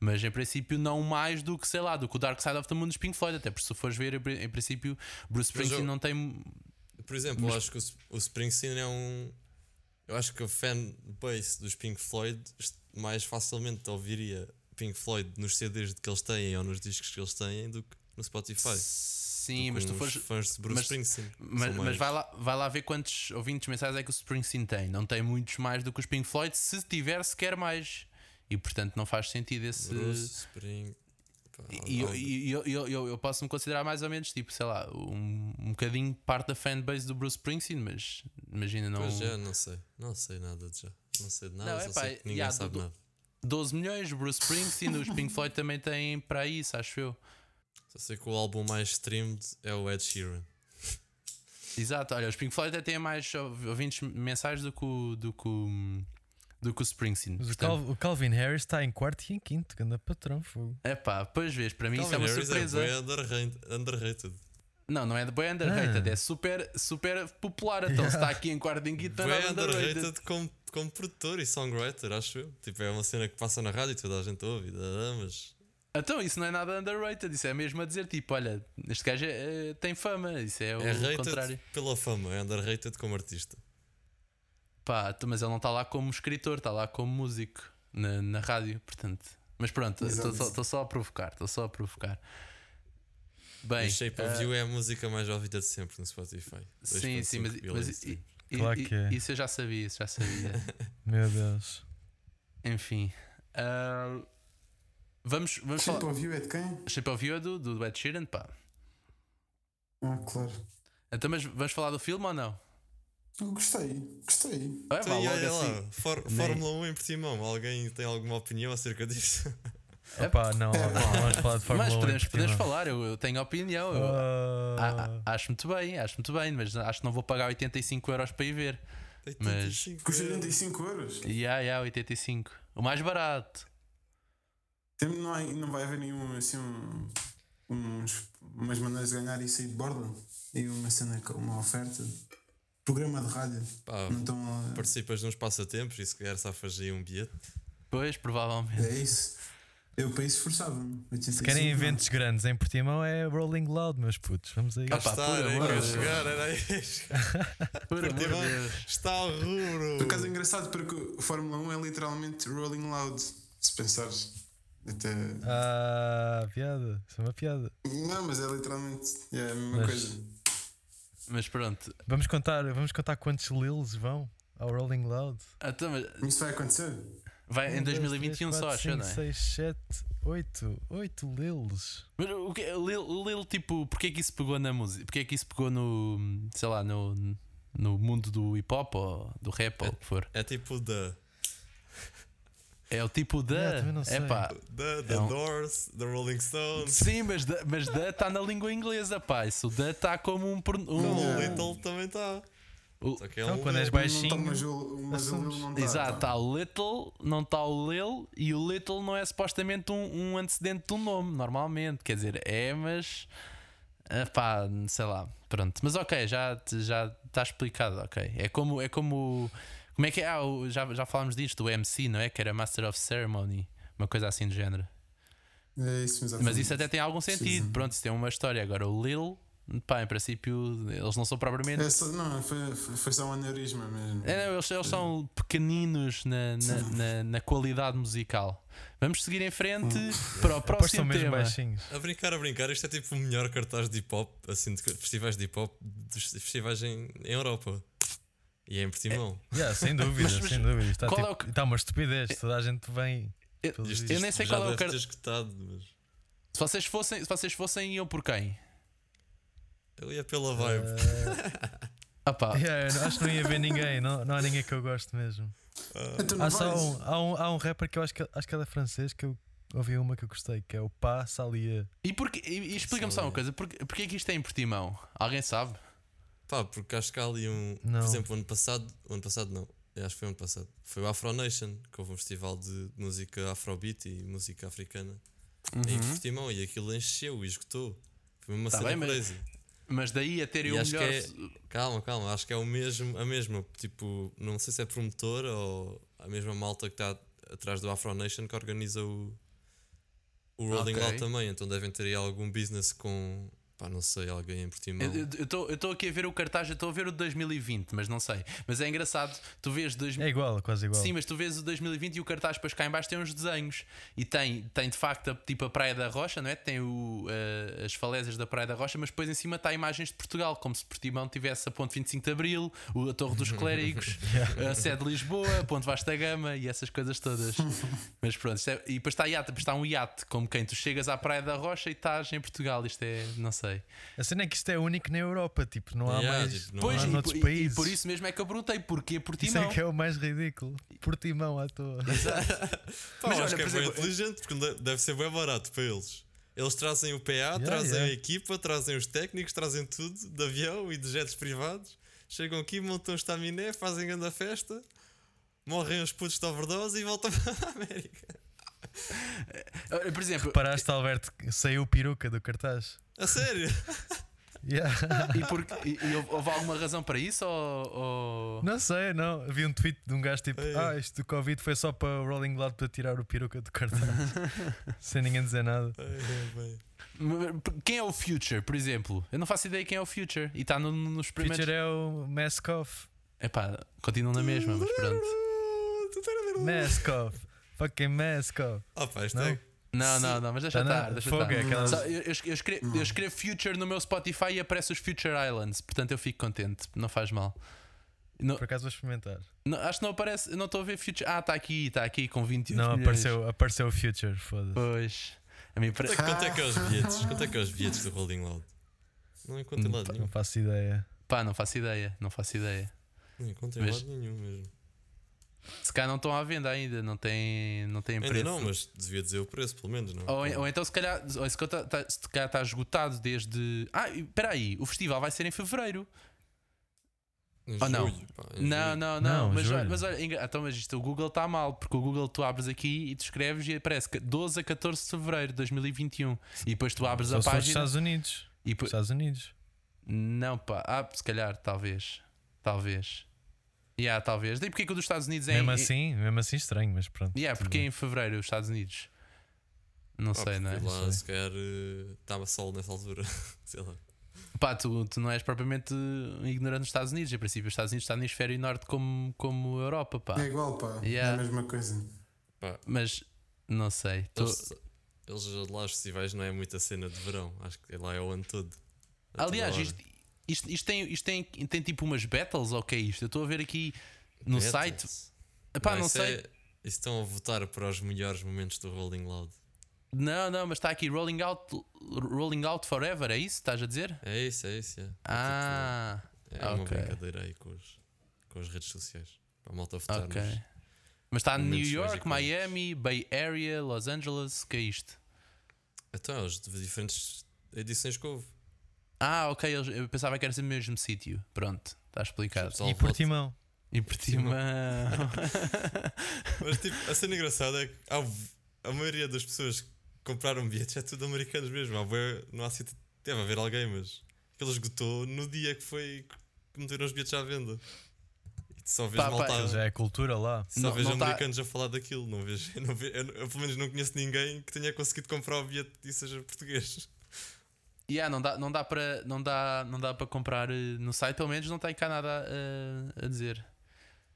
S2: Mas em princípio não mais do que, sei lá, do que o Dark Side of the Moon dos Pink Floyd. Até porque se fores ver, em pri- em princípio, Bruce
S1: Mas
S2: Springsteen
S1: eu-
S2: não tem.
S1: Por exemplo, eu acho que o, S- o Springsteen é um. Eu acho que a fanbase dos Pink Floyd est- mais facilmente ouviria Pink Floyd nos CDs que eles têm ou nos discos que eles têm do que no Spotify.
S2: Sim, mas
S1: Com
S2: tu
S1: os
S2: fores.
S1: fãs de Bruce
S2: mas-
S1: Springsteen.
S2: Mas,
S1: São
S2: mas
S1: mais-
S2: vai, lá, vai lá ver quantos ouvintes mensais é que o Springsteen tem. Não tem muitos mais do que os Pink Floyd, se tiver sequer mais. E portanto não faz sentido esse.
S1: Bruce Spring. pá,
S2: E eu,
S1: Aldo-
S2: e eu, eu, eu, eu posso me considerar mais ou menos tipo, sei lá, um, um bocadinho parte da fanbase do Bruce Springsteen, mas imagina, não.
S1: Pois é, não sei. Não sei nada de já. Não sei de nada,
S2: Não,
S1: só
S2: é pá,
S1: sei que ninguém
S2: yeah, do-
S1: sabe
S2: do-
S1: nada.
S2: 12 milhões, Bruce Springsteen, os Pink Floyd também têm para isso, acho eu.
S1: Só sei que o álbum mais streamed é o Ed Sheeran.
S2: Exato, olha, os Pink Floyd até têm mais ouv- ouvintes mensais do que o. do que o, do que o Springsteen.
S3: Mas o,
S2: Portanto,
S3: Cal- o Calvin Harris está em quarto e em quinto, que anda patrão, fogo.
S2: é pá, pois vês, para mim isso é
S1: Calvin
S2: uma
S1: Harris
S2: surpresa.
S1: É bué underrated. underrated.
S2: Não, não é de boy underrated,
S3: Ah.
S2: é super, super popular. Então se está aqui em quarto em quinto, não
S1: Bué
S2: é underrated.
S1: underrated como, como produtor e songwriter, acho eu. Tipo, é uma cena que passa na rádio e toda a gente ouve, dá, dá, mas.
S2: Então, isso não é nada underrated, isso é mesmo a dizer tipo, olha, este gajo é, é, tem fama, isso é o
S1: É rated
S2: contrário.
S1: pela fama, é underrated como artista.
S2: Pá, tu- mas ele não está lá como escritor, está lá como músico na, na rádio, portanto. Mas pronto,
S4: Exato.
S2: estou só a provocar, estou só a provocar. Bem, eh,
S1: E Shape of You é a música mais ouvida de sempre no Spotify.
S2: sim, sim,
S1: 2.5
S2: mas,
S1: bilhões de
S2: mas i- tá né?
S1: streams.
S2: i-
S3: Claro
S2: i-
S3: que é.
S2: isso eu já sabia, isso já sabia.
S3: Meu Deus.
S2: Enfim. ah, vamos, vamos falar.
S4: Shape of You é de quem?
S2: Shape of You é do, do Ed Sheeran, pá.
S4: Ah, claro.
S2: Então, mas vamos falar do filme ou não?
S4: Eu gostei, gostei.
S2: Ah, é, vá,
S1: Então, e
S2: logo
S1: olha
S2: assim.
S1: lá, Fór-
S2: Nem-
S1: Fórmula 1 em Portimão, alguém tem alguma opinião acerca disso?
S3: Opá, não, não vamos falar de Fórmula
S2: É Mas
S3: 1 em Ah.
S2: podemos, podemos Ah,
S3: Portimão.
S2: falar, eu, eu tenho opinião. eu- a- a- acho muito bem, acho muito bem, mas acho que não vou pagar 85 euros para ir ver. Mas-
S1: 85
S4: Com os
S1: euros.
S4: 85 euros.
S2: E yeah, yeah, 85. O mais barato.
S4: Tem- Não, há- não vai haver nenhum assim um. uns, umas maneiras de ganhar e sair de borda e uma cena, com uma oferta. Programa de rádio.
S1: Pá,
S4: Não eh, estão a-
S1: participas nos passatempos e se calhar safas aí um bilhete.
S2: Pois, provavelmente.
S4: É isso. Eu para isso esforçava-me.
S3: Se querem eventos grandes em Portimão é Rolling Loud, meus putos. Vamos aí.
S1: Cá
S2: Ah, pá,
S1: está,
S2: por
S1: Tá, era aí
S2: amor
S1: que eu ia
S2: de Deus.
S1: chegar, era aí. que eu ia chegar.
S2: Por amor de
S1: Portimão
S2: Deus.
S1: Tipo, está ao rubro.
S4: Por acaso é engraçado porque o Fórmula 1 é literalmente Rolling Loud. Se pensares. Até...
S3: Ah, piada. Isso é uma piada.
S4: Não, mas é literalmente é a mesma
S3: Mas-
S4: coisa.
S2: Mas pronto.
S3: Vamos contar, vamos contar quantos Lils vão ao Rolling Loud.
S2: Então, mas
S4: Isso vai acontecer.
S2: vai em
S3: Um, dois,
S2: 2021
S3: três,
S2: só,
S3: quatro,
S2: achou,
S3: cinco,
S2: não é?
S3: seis, sete, oito. Oito Lils.
S2: Mas o que, Lil, Lil, tipo, porque é que isso pegou na música? Porque é que isso pegou no, sei lá, no, no mundo do hip hop ou do rap ou o que for?
S1: É tipo da
S2: É o tipo da.
S3: Yeah, também não sei.
S2: é pá.
S1: da The
S2: É um-
S1: Doors, The Rolling Stones.
S2: Sim, mas da, mas da está na língua inglesa, pá. Isso da está como um. pron-
S1: O
S2: um
S1: Little também tá. está.
S2: O-
S1: Só que é
S3: Então,
S1: um
S3: quando és
S1: Lil.
S3: baixinho.
S4: Não tá, mas o mas o
S3: assumes.
S4: Lil
S1: um
S4: não tá,
S2: Exato,
S4: tá.
S2: está o Little, não está o Lil, e o Little não é supostamente um, um antecedente do nome, normalmente. Quer dizer, é, mas. ah, Pá, sei lá, pronto. Mas ok, já te- já está explicado, ok. É como. É como como é que é? Ah, o- já, já falámos disto, o MC, não é? Que era Master of Ceremony, uma coisa assim do género.
S4: É isso,
S2: Mas
S4: exatamente.
S2: isso até tem algum sentido, pronto, isso tem uma história. Agora, o Lil, pá, em princípio, eles não são propriamente.
S4: É só- não, foi, foi foi só um aneurisma mesmo.
S2: É, não, eles, eles são pequeninos na, na, na- na qualidade musical. Vamos seguir em frente
S1: Hum.
S2: para o
S3: Pois são
S2: próximo
S3: mesmo
S2: tema.
S3: baixinhos.
S1: A brincar, a brincar, isto é tipo o melhor cartaz de hip hop, assim, de festivais de hip hop, dos festivais em, em Europa. E é em Portimão.
S3: Yeah, sem dúvida,
S2: Mas- mas
S3: sem dúvida. Está
S2: qual
S3: tipo,
S2: é o que-
S3: tá uma estupidez. Toda a gente vem.
S2: Eu-
S3: pelos
S1: Isto-
S3: vistos.
S2: nem
S1: isto
S2: sei
S1: já
S2: qual é o
S1: deve
S2: car-
S1: ter escutado, mas
S2: Se vocês fossem, se vocês fossem iam por quem?
S1: eu ia pela vibe.
S2: Ah pá,
S3: Yeah, eu acho que não ia ver ninguém. Não, não há ninguém que eu gosto mesmo.
S4: Então não
S3: Há, só
S4: vais?
S3: um, há, um, há um rapper que eu acho que, acho que ele é francês que eu ouvi uma que eu gostei, que é o Pá Salia.
S2: e, porquê- e, e explica-me só uma coisa: porquê, porquê é que isto é em Portimão? Alguém sabe?
S1: Pá, porque acho que há ali um.
S3: Não.
S1: Por exemplo, ano passado. Ano passado não. Eu Acho que foi ano passado. Foi o Afro Nation, que houve um festival de música afrobeat e música africana em Portimão e aquilo encheu e esgotou. Foi uma
S2: Uhum. Tá
S1: cena
S2: bem, mas-
S1: crazy.
S2: Mas daí a terem
S1: E
S2: o
S1: acho
S2: melhor.
S1: que é. Calma, calma, acho que é o mesmo, a mesma, tipo, não sei se é promotora ou a mesma malta que está atrás do Afro Nation que organiza o, o Rolling
S2: Ok.
S1: Loud também, então devem ter aí algum business com, pá, não sei, alguém em Portimão.
S2: Eu estou aqui a ver o cartaz, eu estou a ver o de 2020, mas não sei. Mas é engraçado, tu vês 2000.
S3: É igual, quase igual.
S2: Sim, mas tu vês o 2020 e o cartaz depois cá em baixo tem uns desenhos e tem, tem de facto a, tipo a Praia da Rocha, não é? Tem o, eh, as falésias da Praia da Rocha, mas depois em cima está imagens de Portugal, como se Portimão tivesse a Ponte 25 de Abril, o- a Torre dos Clérigos, a sede de Lisboa, a Ponte Vasta Gama e essas coisas todas. mas pronto, isto é- e depois está iate, depois está um iate, como quem tu chegas à Praia da Rocha e estás em Portugal, isto é, não sei.
S3: A cena é que isto é único na Europa, tipo, não há
S1: Yeah,
S3: mais.
S1: tipo, não
S3: não
S2: Pois,
S3: há
S2: e,
S3: noutros
S2: e-
S3: países.
S2: e por isso mesmo é que eu perguntei, porquê
S3: Isso
S2: Portimão?
S3: é que é o mais ridículo. Portimão à toa.
S1: Pá,
S2: Mas
S1: eu
S2: olha,
S1: acho que é
S2: por
S1: bem
S2: exemplo,
S1: inteligente, porque de- deve ser bem barato para eles. Eles trazem o PA, trazem a
S3: yeah.
S1: equipa, trazem os técnicos, trazem tudo de avião e de jets privados. Chegam aqui, montam o estaminé, fazem grande festa, morrem os putos de overdose e voltam para a América.
S2: Olha, Ah, Por exemplo,
S3: Paraste, Alberto, que saiu peruca do cartaz.
S1: A sério?
S3: Yeah.
S2: E, por, e, e houve houve alguma razão para isso? Ou, ou-
S3: Não sei, não. Vi um tweet de um gajo tipo:
S1: Ei.
S3: Ah, isto do Covid foi só para o Rolling Loud para tirar o peruca do cartaz. Sem ninguém dizer nada.
S1: Ai, ai, bem.
S2: Quem é o Future, por exemplo? Eu não faço ideia quem é o Future. E está no- no- nos primeiros.
S3: Feature é o Maskoff.
S2: Epá, continua na mesma, É mas pronto.
S3: Maskoff. Fucking Maskoff.
S1: tá Ah pá, isto
S3: Não?
S1: é.
S2: Não, não, não, mas deixa
S3: Tá na-
S2: estar. Deixa
S3: Fogo
S2: estar.
S3: é aquela-
S2: Só- eu, eu escre- eu escrevo, eu escrevo Future no meu Spotify e aparece os Future Islands. Portanto, eu fico contente. Não faz mal. Não-
S3: Por acaso vou experimentar.
S2: não- acho que não aparece. eu Não estou a ver Future. Ah, está aqui, está aqui com 21
S3: Não,
S2: milhões.
S3: apareceu, apareceu o Future, foda-se.
S2: Pois. A mim pare...
S1: Quanto é que é os bilhetes? Quanto é que é os bilhetes do Rolling Loud? Não encontro em lado
S2: Hum,
S3: Não
S1: nenhum.
S3: faço ideia.
S2: Pá, não faço ideia. Não faço ideia.
S1: Não encontro em
S2: Mas-
S1: lado nenhum mesmo.
S2: Se cá não estão à venda ainda, não tem, não tem
S1: Ainda
S2: preço.
S1: não, mas devia dizer o preço, pelo menos, não? é?
S2: Ou, en- ou então se calhar ou tá, se calhar está esgotado desde. Ah, espera aí, o festival vai ser em fevereiro.
S1: Em
S2: Oh, não.
S1: julho, pá, em
S2: Não,
S1: julho.
S2: não, não.
S3: Não,
S2: mas,
S3: juro.
S2: olha- mas olha, engra- então, mas isto, o Google está mal, porque o Google tu abres aqui e tu escreves e aparece que 12 a 14 de fevereiro de 2021. E depois tu abres
S3: Só
S2: a
S3: Então, se for dos
S2: página.
S3: Estados Unidos.
S2: E po-
S3: Estados Unidos.
S2: Não, pá. Ah, se calhar, talvez. Talvez. Yeah, talvez. Daí porque é que o dos Estados Unidos é
S3: Mesmo
S2: em.
S3: assim, mesmo assim estranho, mas pronto.
S2: Yeah, porque é em fevereiro, os Estados Unidos. Não
S1: Ah,
S2: sei, não é?
S1: porque Lá, se calhar, eh, estava sol nessa altura. sei lá.
S2: Pá, tu, tu não és propriamente um ignorante dos Estados Unidos. Em princípio, os Estados Unidos está no hemisfério norte como, como a Europa, pá.
S4: É igual, pá.
S2: Yeah.
S4: É a mesma coisa.
S1: Pá,
S2: Mas não sei. Tu-
S1: eles, eles lá, os festivais, não é muita cena de verão. Acho que lá é o ano todo. A toda
S2: Aliás,
S1: hora.
S2: isto, isto, isto tem, isto tem, tem tipo umas battles ou o que é isto? Eu estou a ver aqui no
S1: Beatles.
S2: site. Epá, não,
S1: É isso
S2: sei.
S1: é- isso estão a votar para os melhores momentos do Rolling Loud.
S2: Não, não, mas está aqui Rolling Out, Rolling Out Forever, é isso? que Estás a dizer?
S1: É isso, é isso. É, É tipo,
S2: Ah,
S1: é uma
S2: ok.
S1: brincadeira aí com, os, com as redes sociais. Para a malta votar.
S2: ok.
S1: nos-
S2: Mas está New
S1: momentos mais
S2: York,
S1: icónicos.
S2: Miami, Bay Area, Los Angeles, o que é isto?
S1: Então, as diferentes edições que houve.
S2: Ah, ok, eles- eu pensava que era sempre o mesmo sítio. Pronto, está explicado.
S1: Pessoal
S3: E
S1: vota.
S3: Portimão.
S2: E Portimão.
S1: Mas tipo, a cena engraçada é que há v- a maioria das pessoas que compraram bilhetes é tudo americanos mesmo. Há bué- não há sítio. Deve haver alguém, mas aquele esgotou no dia que foi que meteram os bilhetes à venda. E tu só vês
S2: Pá, pá,
S1: malta.
S2: eles
S1: a-
S3: Já é cultura lá.
S1: Só
S2: Não-
S1: vejo
S2: não tá-
S1: americanos a falar daquilo, não vejo. Eu, não ve- eu, eu, pelo menos não conheço ninguém que tenha conseguido comprar o bilhete e seja português.
S2: Yeah, não dá, não dá para não dá, não dá para comprar eh, no site, pelo menos não tem cá nada eh, a dizer.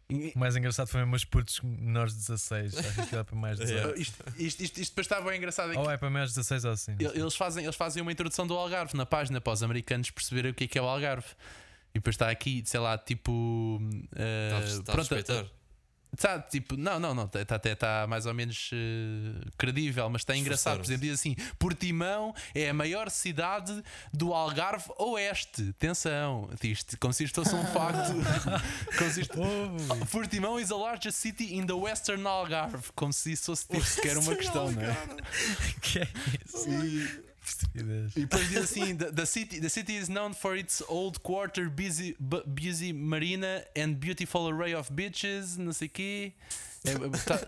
S2: E-
S3: O mais engraçado foi mesmo os putos menores de 16. Acho que aquilo é para mais de
S1: Yeah.
S3: 18.
S2: eh, Isto, isto, isto, isto depois está bem engraçado aqui.
S3: Ou é para mais de 16 ou assim.
S2: E- Eles fazem, eles fazem uma introdução do Algarve na página para os americanos perceberem o que é que é o Algarve. E depois está aqui, sei lá, tipo. eh,
S1: Estás estás a
S2: pronto,
S1: respeitar.
S2: Tá, tipo, não, não, não, está até tá mais ou menos eh, credível, mas está engraçado. Por
S1: Esforçaram-se.
S2: exemplo, diz assim: Portimão é a maior cidade do Algarve Oeste. Atenção, isto consiste fosse um facto. consiste,
S3: Ui.
S2: Portimão is a largest city in the Western Algarve. Como se isso fosse tipo, sequer uma questão, não é?
S3: que é isso? Estupidez.
S2: E depois diz assim: the, the city, the city is known for its old quarter, busy, bu- busy marina and beautiful array of beaches. Não sei o quê. É, Está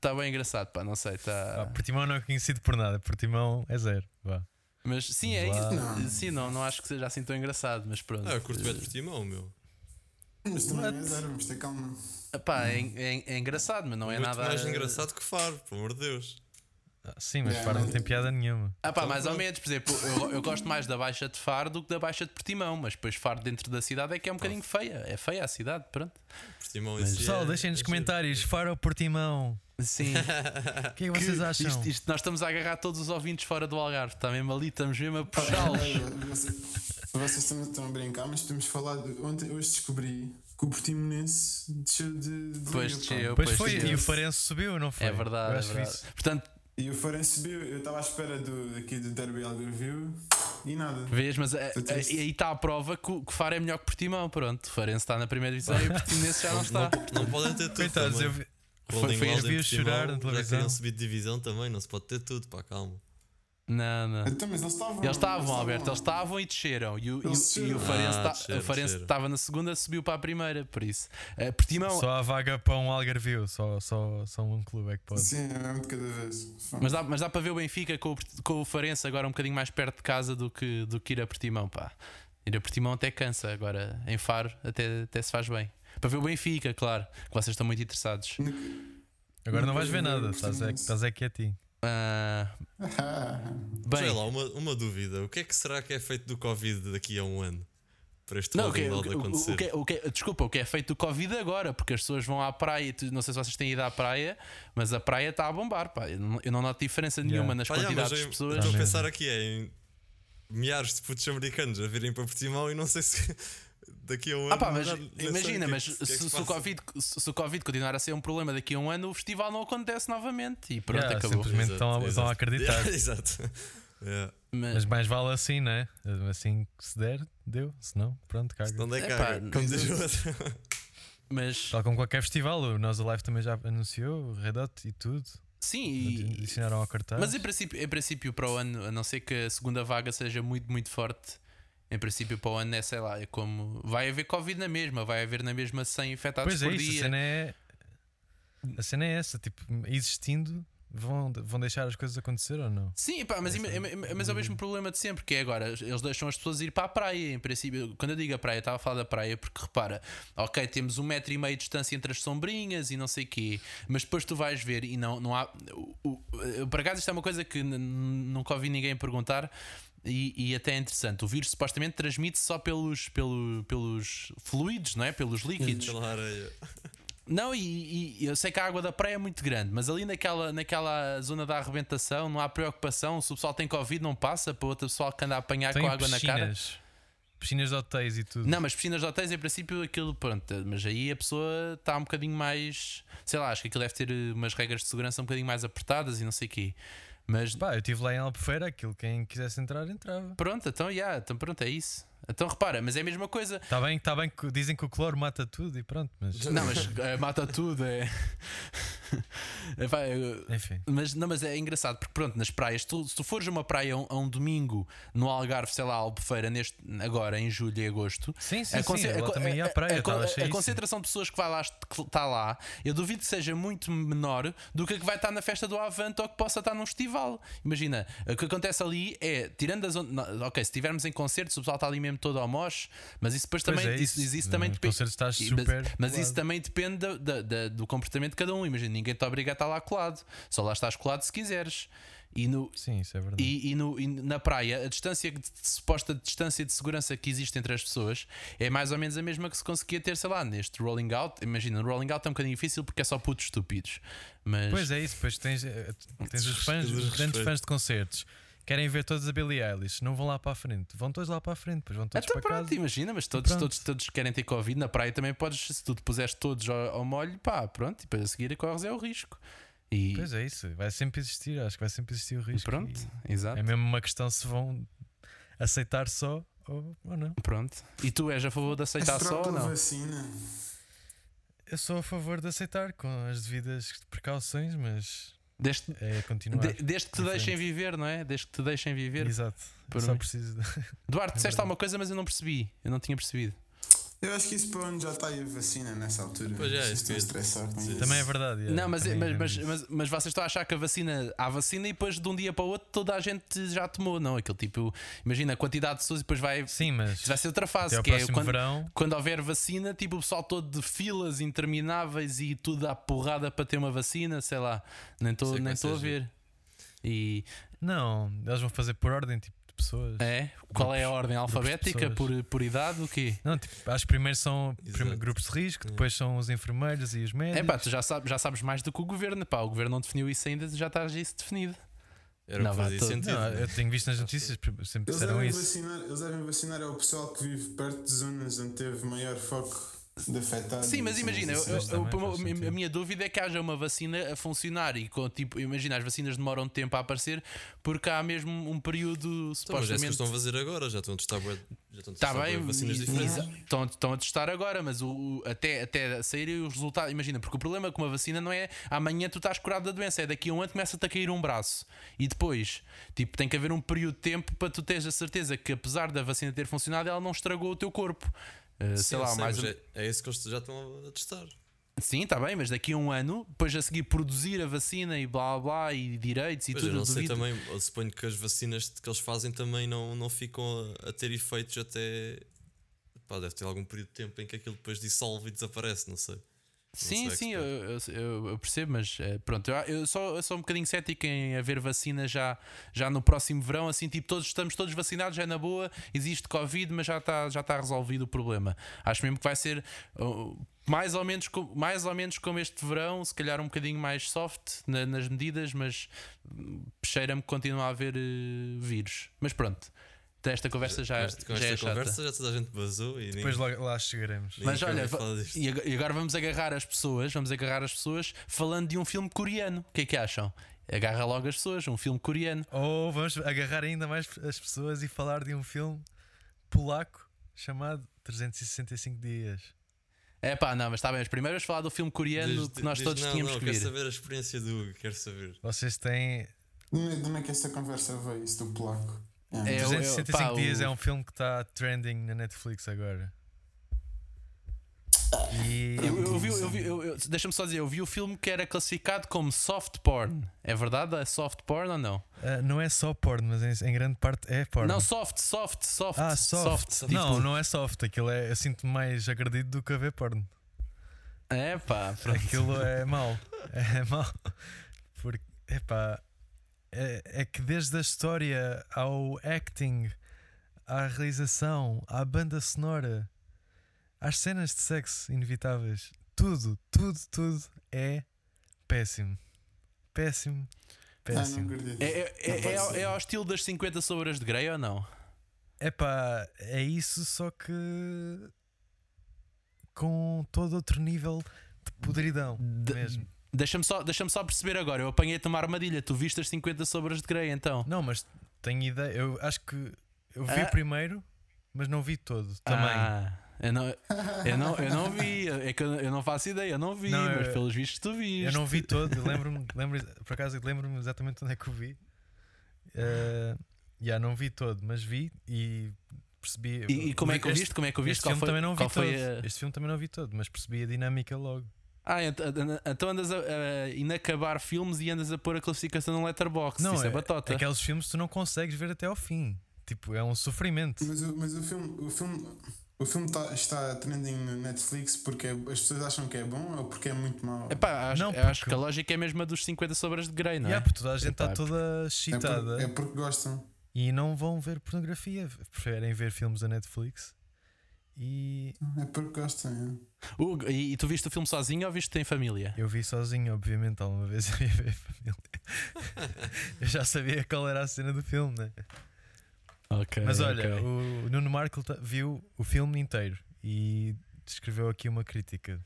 S2: tá bem engraçado, pá, não sei.
S3: Ah,
S2: Tá...
S3: Portimão não é conhecido por nada. Portimão é zero. Vá.
S2: Mas sim, é
S3: Vá.
S2: isso. Sim, não, não acho que seja assim tão engraçado, mas pronto.
S1: Ah, eu curto
S2: eh,
S1: bem de Portimão, meu.
S2: é
S4: Mas também é zero, mas tem calma.
S2: Pá, é, é- é engraçado, mas não é
S1: Muito
S2: nada.
S1: mais engraçado que Faro, pelo amor de Deus.
S3: Ah, sim,
S2: é.
S3: mas para não tem piada nenhuma.
S2: Ah, pá, mais ou menos, por exemplo, eu, eu gosto mais da Baixa de Faro do que da Baixa de Portimão, mas depois Faro dentro da cidade é que é um bocadinho feia. É feia a cidade, pronto.
S1: Portimão em si
S3: Pessoal,
S1: é-
S3: deixem nos
S1: é
S3: comentários. Faro ou Portimão?
S2: Sim.
S3: O que é que vocês acham?
S2: Isto, isto- nós estamos a agarrar todos os ouvintes fora do Algarve, está mesmo ali, estamos mesmo a puxá-los.
S4: Vocês, vocês também estão a brincar, mas temos falado. Ontem, hoje descobri que o Portimonense desceu de. de
S2: Pois
S4: Liga, pá.
S2: desceu.
S3: Pois
S2: Pois
S3: foi,
S2: sim.
S3: e o Farense subiu, não foi?
S2: É verdade,
S3: Eu
S2: é
S3: acho
S2: verdade.
S3: isso.
S2: Portanto,
S4: E o Farense subiu. Eu estava à espera do, aqui do Derby Algarvio e nada.
S2: vês, mas é-
S4: Tu
S2: é-
S4: tens-
S2: aí está a prova que, o- que Faro é melhor que Portimão. Pronto, o Farense está na primeira divisão e o Portimonense já não está.
S1: Não podem ter tudo.
S3: Coitados,
S1: também.
S3: eu vi-
S1: Rolling
S3: foi-
S1: Loud em
S3: vi-os
S1: Portimão,
S3: chorar na
S1: Já
S3: televisão.
S1: queriam subir de divisão também, não se pode ter tudo, pá, calma.
S2: Não, não.
S4: Então, mas eles estavam.
S2: Eles estavam, Alberto, eles estavam e desceram. E o, e o-
S4: Eles
S2: e o
S4: desceram.
S2: Farense
S1: Ah,
S2: tá-
S1: desceram,
S2: o Farense
S1: desceram.
S2: estava na segunda, subiu para a primeira. Por isso, Eh, Portimão,
S3: Só há vaga para um Algarvio, só, só, só um clube é que pode.
S4: Sim, é um de cada vez.
S2: Mas tá dá, mas dá para ver o Benfica com o, Port- com o Farense agora um bocadinho mais perto de casa do que, do que ir a Portimão, pá. Ir a Portimão até cansa, agora em Faro até, até se faz bem. Para ver o Benfica, claro, que vocês estão muito interessados.
S3: Agora não vais ver
S4: Não,
S3: nada,
S4: não
S3: estás
S4: gostei
S3: é,
S4: muito.
S3: estás é quietinho.
S2: Ah,
S1: Bem,
S2: bem,
S1: lá, uma, uma dúvida. O que é que será que é feito do Covid daqui a um ano? Para este
S2: não, o que,
S1: Rolling
S2: é- o,
S1: Loud
S2: que- o-
S1: acontecer.
S2: o que é- o que é- desculpa, o que é feito do Covid agora? Porque as pessoas vão à praia, e tu- não sei se vocês têm ido à praia, mas a praia está a bombar, pá. Eu não, eu não noto diferença nenhuma
S3: Yeah.
S2: nas
S1: Pá, já, mas
S2: quantidades de
S1: eu eu
S2: pessoas.
S1: estou a
S3: Tá
S1: pensar aqui é em milhares de putos americanos a virem para Portimão e não sei se daqui a um ano.
S2: Ah pá, mas
S1: já- nem sei
S2: imagina,
S1: o que é
S2: mas
S1: que- o que é que
S2: se, se
S1: passa.
S2: o COVID, se, se o Covid continuar a ser um problema daqui a um ano, o festival não acontece novamente e pronto,
S3: Yeah,
S2: acabou.
S3: simplesmente- estão a-
S1: Exato,
S3: estão a
S1: exato.
S3: acreditar.
S1: Exato. É. Yeah.
S2: Mas,
S3: Mas mais vale assim, né? Assim que se der, deu. Se não, pronto, caga.
S1: Não é
S2: Epá,
S1: cara, como diz o
S4: exato.
S1: outro.
S2: mas-
S3: Tal como qualquer festival, o Nós Alive também já anunciou, o Red Hot e tudo.
S2: sim, e-
S3: Adicionaram ao cartaz.
S2: mas em princípio, em princípio para o ano, a não ser que a segunda vaga seja muito, muito forte, Em princípio, para o ano é, sei lá, é como. Vai haver Covid na mesma, vai haver na mesma 100 infectados
S3: Pois é,
S2: por
S3: isso,
S2: dia.
S3: a cena é. A cena é essa, tipo, existindo, vão, vão deixar as coisas acontecer ou não?
S2: Sim, pá, mas, ima- ima- mas é o mesmo problema de sempre, que é agora, eles deixam as pessoas ir para a praia, em princípio, quando eu digo a praia, eu estava a falar da praia, porque repara, ok, temos um metro e meio de distância entre as sombrinhas e não sei quê, mas depois tu vais ver e não, não há. O, o- eh, por acaso isto é uma coisa que n- n- nunca ouvi ninguém perguntar. E, e até é interessante, o vírus supostamente transmite só pelos, pelo, pelos fluidos, não é? Pelos líquidos.
S1: Pela areia.
S2: Não, e, e eu sei que a água da praia é muito grande, mas ali naquela, naquela zona da arrebentação não há preocupação. Se o pessoal tem Covid, não passa para outro pessoal que anda a apanhar
S3: Tem
S2: É com água na cara.
S3: piscinas. Piscinas de hotéis e tudo.
S2: Não, mas piscinas de hotéis, em princípio, aquilo, pronto. Mas aí a pessoa está um bocadinho mais. Sei lá, acho que aquilo deve ter eh, umas regras de segurança um bocadinho mais apertadas e não sei o quê. Mas
S3: Pá, eu estive lá em Albufeira, aquilo, quem quisesse entrar, entrava.
S2: pronto, então, yeah, então pronto, é isso. Então repara, mas é a mesma coisa.
S3: Está bem, tá bem que dizem que o cloro mata tudo e pronto, mas.
S2: Não, mas eh, mata tudo, é. Epá, eu-
S3: Enfim.
S2: Mas, não, mas é engraçado porque, pronto, nas praias, tu- se tu fores a uma praia a um, a um domingo no Algarve, sei lá, Albufeira, neste, agora em julho e agosto,
S3: Sim, sim,
S2: a conce-
S3: sim, eu
S2: a
S3: lá
S2: co-
S3: também ia à
S2: a-
S3: praia,
S2: a co-
S3: estava
S2: a- a
S3: cheíssimo.
S2: concentração de pessoas que vai lá, que está lá, eu duvido que seja muito menor do que a que vai estar na festa do Avante ou que possa estar num festival. Imagina, o que acontece ali é, tirando as. on- não, Ok, se estivermos em concertos, o pessoal está ali mesmo todo ao moche, mas isso depois
S3: Pois
S2: também.
S3: é,
S2: isso,
S3: isso.
S2: isso, também
S3: Nos
S2: depe-
S3: concertos estás
S2: e- mas-
S3: super
S2: Mas isso
S3: colado.
S2: também depende da- da- da- do comportamento de cada um. Imagina, ninguém te obriga a estar lá colado. Só lá estás colado se quiseres. E no.
S3: Sim, isso é verdade.
S2: E, e no- e na praia, a distância de- suposta distância de segurança que existe entre as pessoas é mais ou menos a mesma que se conseguia ter, sei lá, neste rolling out. Imagina, no rolling out é um bocadinho difícil porque é só putos estúpidos. Mas
S3: Pois é isso, pois tens, eh, tens os fãs,
S1: Desrespeito.
S3: os grandes fãs de concertos. Querem ver todos a Billie Eilish, não vão lá para a frente, vão todos lá para a frente, depois vão todos
S2: Então
S3: para
S2: pronto,
S3: casa.
S2: imagina, mas todos,
S3: pronto.
S2: todos, todos querem ter Covid na praia também podes, se tu te puseres todos ao, ao molho, pá, pronto, e depois a seguir corres é o risco. E
S3: Pois é isso, vai sempre existir, acho que vai sempre existir o risco.
S2: pronto,
S3: e
S2: exato.
S3: É mesmo uma questão se vão aceitar só ou, ou não.
S2: Pronto. E tu és a favor de aceitar
S4: Mas
S2: só
S4: troca
S2: ou
S4: a
S2: não?
S4: vacina.
S3: Eu sou a favor de aceitar com as devidas precauções, mas
S2: Desde,
S3: é continuar.
S2: de- desde que te
S3: Diferente.
S2: deixem viver, não é? Desde que te deixem viver.
S3: Exato, eu
S2: Por
S3: só
S2: mim.
S3: preciso. é
S2: Duarte, disseste alguma coisa, mas eu não percebi. Eu não tinha percebido.
S4: Eu acho que isso para onde já está aí a vacina nessa altura.
S1: Pois é,
S4: Vocês
S1: isso
S4: estão a
S1: mesmo.
S4: estressar com
S1: Sim.
S4: isso.
S3: Também é verdade. é,
S2: não, mas,
S3: também
S2: mas,
S3: lembro
S2: mas,
S3: disso.
S2: mas, mas vocês estão a achar que a vacina há vacina e depois de um dia para o outro toda a gente já tomou, não? Aquele tipo, imagina a quantidade de pessoas e depois vai.
S3: Sim, mas
S2: Vai ser outra fase,
S3: até ao
S2: que é
S3: próximo
S2: quando,
S3: verão.
S2: quando houver vacina, tipo o pessoal todo de filas intermináveis e tudo à porrada para ter uma vacina, sei lá, nem
S1: Sei
S2: estou
S1: que
S2: nem
S1: vai
S2: estou a
S1: ser
S2: ver. E
S3: Não, eles vão fazer por ordem tipo de pessoas.
S2: é, qual é a
S3: Grupos-
S2: ordem alfabética
S3: pessoas.
S2: por, por idade, o quê?
S3: Não, tipo, acho que primeiro são prime-
S1: Exato.
S3: grupos de risco,
S1: É.
S3: depois são os enfermeiros e os
S2: É
S3: médicos.
S2: pá, tu já sabes, já sabes mais do que o governo, pá. O governo não definiu isso ainda, já estás isso definido.
S1: Era
S2: Não,
S1: não,
S2: vá,
S1: fazia
S2: tô-
S1: sentido.
S3: Não,
S1: né?
S3: eu tenho visto nas notícias, sempre
S4: Eles
S3: disseram
S4: devem,
S3: isso.
S4: vacinar, eles devem vacinar é o pessoal que vive perto de zonas onde teve maior foco de assim, afetado.
S2: Sim, mas imagina, eu- eu-
S3: mas
S2: eu-
S3: também faz
S2: a minha-
S3: sentido.
S2: a minha dúvida é que haja uma vacina a funcionar e com tipo, imagina, as vacinas demoram tempo a aparecer porque há mesmo um período
S1: Então, mas é isso que
S2: supostamente.
S1: eles estão a fazer agora, já estão a testar, bué- já estão a
S2: Está
S1: testar bué
S2: Tá bem,
S1: vacinas
S2: e-
S1: diferentes.
S2: exa- estão, estão a testar agora, mas o, o- até, até saírem os resultados, imagina, porque o problema com uma vacina não é amanhã tu estás curado da doença, é daqui a um ano começa-te a cair um braço e depois, tipo, tem que haver um período de tempo para tu teres a certeza que apesar da vacina ter funcionado, ela não estragou o teu corpo. Uh,
S1: Sim,
S2: sei
S1: eu
S2: lá,
S1: sei,
S2: mais
S1: mas
S2: um-
S1: é, é isso que eles já estão a testar.
S2: Sim, está bem, mas daqui a um ano, depois a seguir produzir a vacina e blá blá, blá, e direitos e
S1: Pois,
S2: tudo.
S1: eu não sei
S2: duvido.
S1: também, eu suponho que as vacinas que eles fazem também não, não ficam a, a ter efeitos até. Pá, deve ter algum período de tempo em que aquilo depois dissolve e desaparece, não sei.
S2: Sim,
S1: sei
S2: sim, eu,
S1: expert.
S2: eu- eu percebo, mas eh, pronto, eu, eu só, eu sou um bocadinho cético em haver vacina já, já no próximo verão, assim, tipo, todos estamos todos vacinados, já é na boa, existe Covid, mas já está já tá resolvido o problema. Acho mesmo que vai ser oh, mais, ou menos, co- mais ou menos como este verão, se calhar um bocadinho mais soft na- nas medidas, mas hum, cheira-me que continua a haver eh, vírus. Mas pronto, esta conversa já,
S1: com
S2: já,
S1: este- com
S2: é
S1: esta
S2: chata.
S1: conversa já toda a gente basou e
S3: Depois
S1: ninguém,
S3: logo lá chegaremos.
S1: ninguém
S2: Mas
S1: quer
S2: olha,
S1: mais
S2: va-
S1: falar disto.
S2: e ag- e agora vamos agarrar as pessoas, vamos agarrar as pessoas falando de um filme coreano. O que é que acham? Agarra logo as pessoas, um filme coreano.
S3: Ou vamos agarrar ainda mais as pessoas e falar de um filme polaco chamado 365 Dias.
S2: É pá, não, mas está bem, mas primeiro vamos falar do filme coreano
S1: Diz-
S2: é que nós
S1: diz,
S2: todos
S1: não,
S2: tínhamos
S1: não,
S2: que
S1: quero
S2: ver.
S1: saber a experiência do Hugo, quero saber.
S2: É
S3: Vocês têm.
S4: é De onde é que essa conversa veio, isso do polaco?
S2: É, eu- eu-
S3: 365
S2: pá,
S3: Dias
S2: o-
S3: é um filme que está trending na Netflix agora. E
S2: Eu, eu vi, eu vi- eu- eu- deixa-me só dizer, eu vi o filme que era classificado como soft porn. É verdade? É soft porn ou não?
S3: ah, não é só porno, mas em, em grande parte é porno.
S2: Não, soft, soft, soft.
S3: ah, soft.
S2: tipo-
S3: não, não é soft. Aquilo é. Eu sinto-me mais agredido do que a ver porno.
S2: É pá, pronto.
S3: Aquilo é mau. É mau. Porque, epá, é, é que desde a história ao acting, à realização, à banda sonora, às cenas de sexo inevitáveis, tudo, tudo, tudo é péssimo. Péssimo,
S4: Ah, não
S3: péssimo.
S4: acredito.
S2: É, é- é-
S4: Não pode
S2: é ao-
S4: ser.
S2: é ao estilo das 50 sobras de Grey ou não?
S3: Epá, é isso, só que com todo outro nível de podridão.
S2: De-
S3: mesmo.
S2: Deixa-me só, deixa só perceber agora. Eu apanhei-te uma armadilha. Tu viste as 50 sobras de Grey então?
S3: Não, mas tenho ideia. Eu acho que eu vi
S2: Ah.
S3: primeiro, mas não vi todo também.
S2: Ah, eu, não, eu, não, eu não vi. É que eu, eu não faço ideia. Eu não vi,
S3: Não,
S2: mas
S3: eu-
S2: pelos vistos tu viste.
S3: eu não vi todo, lembro-me, lembro, por acaso lembro-me exatamente onde é que o vi. Já não vi todo, mas vi e percebi.
S2: E, e como é que o
S3: este-
S2: viste? Como é que o viste?
S3: Este filme,
S2: foi,
S3: também não vi
S2: qual
S3: todo.
S2: foi a-
S3: este filme também não vi todo, mas percebi a dinâmica logo.
S2: Ah, ent- ent- então andas a, a inacabar filmes e andas a pôr a classificação no letterbox. Isso é, batota.
S3: aqueles filmes que tu não consegues ver até ao fim. Tipo, é um sofrimento.
S4: Mas, o, mas o filme. O filme... O filme tá- está trending na Netflix porque é- as pessoas acham que é bom ou porque é muito mau?
S2: Epá, acho,
S3: Não,
S2: eu acho
S3: porque-
S2: que a lógica é mesmo a dos 50 sobras de Grey, não é?
S3: Yeah, porque toda a gente está
S2: Epá,
S3: toda
S4: É por-
S3: excitada.
S4: é porque gostam.
S3: e não vão ver pornografia, preferem ver filmes da Netflix e
S4: É porque gostam. é.
S2: Hugo, e, e tu viste o filme sozinho ou viste em família?
S3: eu vi sozinho, obviamente, alguma vez eu ia ver a família. eu já sabia qual era a cena do filme, né?
S2: É, Ok.
S3: Mas olha, o Nuno Markle ta- viu o filme inteiro e descreveu aqui uma crítica.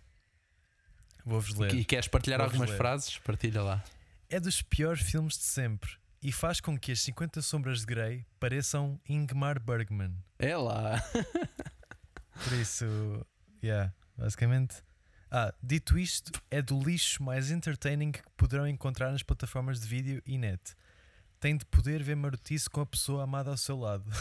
S3: Vou-vos ler.
S2: E queres partilhar
S3: Vou
S2: algumas
S3: reler.
S2: frases? Partilha lá.
S3: É dos piores filmes de sempre e faz com que as 50 sombras de Grey pareçam Ingmar Bergman.
S2: É lá.
S3: Por isso, yeah, basicamente. Ah, dito isto, é do lixo mais entertaining que poderão encontrar nas plataformas de vídeo e net. Tem de poder ver marotice com a pessoa amada ao seu lado.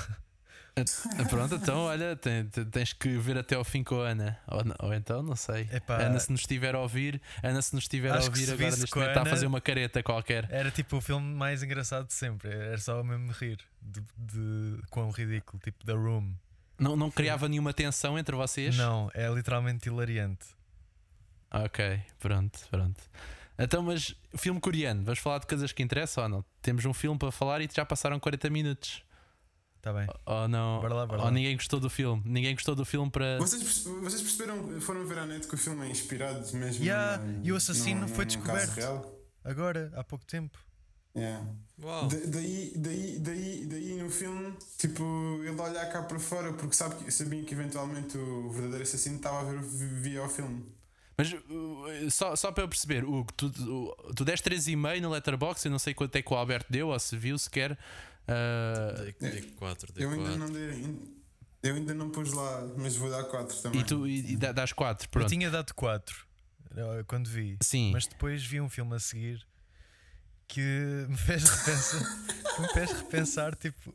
S2: Ah, Pronto, então olha, tem- tem- tens que ver até ao fim com a Ana. Ou, n- ou então, não sei.
S3: Epá.
S2: Ana, se nos estiver a ouvir, Ana, se nos estiver a
S3: Acho que
S2: ouvir
S3: se
S2: agora
S3: visse
S2: neste
S3: com a
S2: momento, está a
S3: Ana-
S2: fazer uma careta qualquer.
S3: Era tipo o filme mais engraçado de sempre. Era só eu mesmo rir de, de quão ridículo, tipo The Room.
S2: Não, não criava nenhuma tensão entre vocês?
S3: Não, é literalmente hilariante.
S2: Ok, pronto, pronto. Então, mas filme coreano, vamos falar de coisas que interessam ou não? Temos um filme para falar e já passaram 40 minutos.
S3: Tá bem.
S2: Ou não?
S3: Bora lá, bora
S2: ou
S3: lá.
S2: ninguém gostou do filme? Ninguém gostou do filme para.
S4: Vocês, perce- vocês perceberam, foram ver à net que o filme é inspirado mesmo.
S3: Yeah,
S4: numa-
S3: e o assassino
S4: num-
S3: foi
S4: num caso
S3: descoberto.
S4: real?
S3: Agora, há pouco tempo.
S4: Yeah.
S2: Oh.
S1: Uau.
S4: Da- daí, daí, daí, daí no filme, tipo, ele olhar cá para fora porque sabe que, sabiam que eventualmente o verdadeiro assassino estava a ver via o filme.
S2: Mas uh, só, só para eu perceber, Hugo, tu, tu, tu deste 3,5 no Letterboxd, eu não sei quanto é que o Alberto deu ou se viu sequer. Ah,
S1: Dei- Dei 4, dei
S4: Eu ainda
S1: 4.
S4: não dei. in- Eu ainda não pus lá, mas vou dar 4 também.
S2: e tu e, e dá- dás 4,
S3: Eu
S2: pronto.
S3: tinha dado 4 quando vi.
S2: Sim.
S3: Mas depois vi um filme a seguir que me fez repensar, que me fez repensar tipo,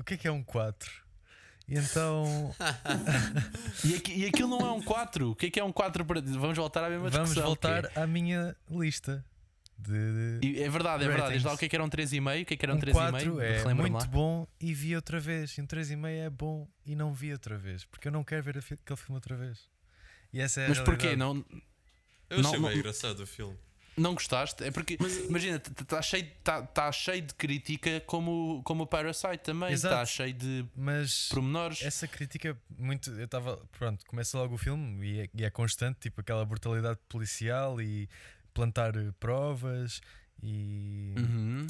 S3: o que é que é um 4? E então
S2: E, aqui- e aquilo não é um 4. O que é que é um 4 para. Vamos voltar à mesma
S3: vamos
S2: discussão. que é-
S3: voltar à minha lista de.
S2: E É verdade, é verdade. Diz lá
S3: Ratings.
S2: o que é que eram 3,5, o que é que eram
S3: um 4
S2: 3,5.
S3: é
S2: relembra-me
S3: muito
S2: lá.
S3: bom e vi outra vez. E um 3,5 é bom e não vi outra vez. Porque eu não quero ver afi- aquele filme outra vez. E essa é a
S2: Mas porquê?
S3: realidade.
S2: Não,
S1: Eu achei
S2: Não,
S1: bem
S2: não-
S1: engraçado o filme.
S2: não gostaste? É porque, imagina, está cheio, tá, tá cheio de crítica como, como o Parasite também.
S3: Exato.
S2: Está cheio de
S3: Mas
S2: promenores.
S3: Essa crítica, muito. Eu estava. Pronto, começa logo o filme e é, e é constante, tipo aquela brutalidade policial e plantar eh, provas e,
S2: Uhum.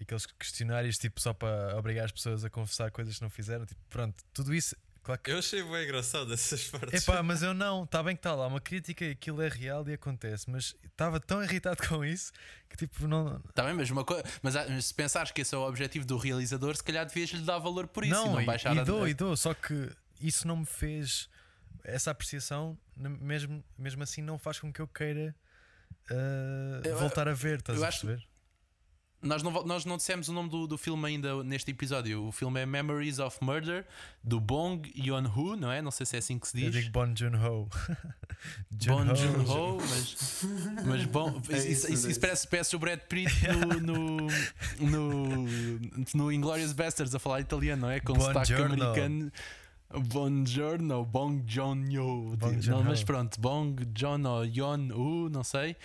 S3: e aqueles questionários, tipo, só para obrigar as pessoas a confessar coisas que não fizeram. Tipo, pronto, tudo isso. Claro que.
S1: Eu achei bem engraçado essas partes.
S3: Epá, mas eu não, está bem que está lá uma crítica, aquilo é real e acontece, mas estava tão irritado com isso que tipo, não.
S2: Tá bem, mas, uma co... mas, ah, mas se pensares que esse é o objetivo do realizador, se calhar devias lhe dar valor por isso e não
S3: e-
S2: baixar
S3: e,
S2: a-
S3: dou, e dou, só que isso não me fez essa apreciação, n- mesmo, mesmo assim não faz com que eu queira uh,
S2: Eu-
S3: voltar a ver, estás
S2: eu
S3: a
S2: acho-
S3: perceber?
S2: Nós não, vo- nós não dissemos o nome do, do filme ainda neste episódio. O filme é Memories of Murder, do Bong Joon-ho, não é? Não sei se é assim que se
S3: Eu
S2: diz.
S3: digo Bon Joon-ho.
S2: Bon
S3: Joon-ho.
S2: Joon-ho, mas, mas bom,
S4: É
S2: isso,
S4: isso,
S2: isso-
S4: é
S2: isso
S4: isso.
S2: parece, parece o Brad Pitt no, no, no, no Inglourious Basterds a falar italiano, não é? Com sotaque
S3: Buongiorno.
S2: americano. Buongiorno, Bong Joon-ho. Não,
S3: Joon-ho.
S2: Mas pronto, Bong Joon-ho, Joon-ho, não sei.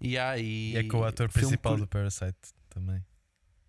S2: E aí,
S3: E é com o ator
S2: filme
S3: principal
S2: cur-
S3: do Parasite também.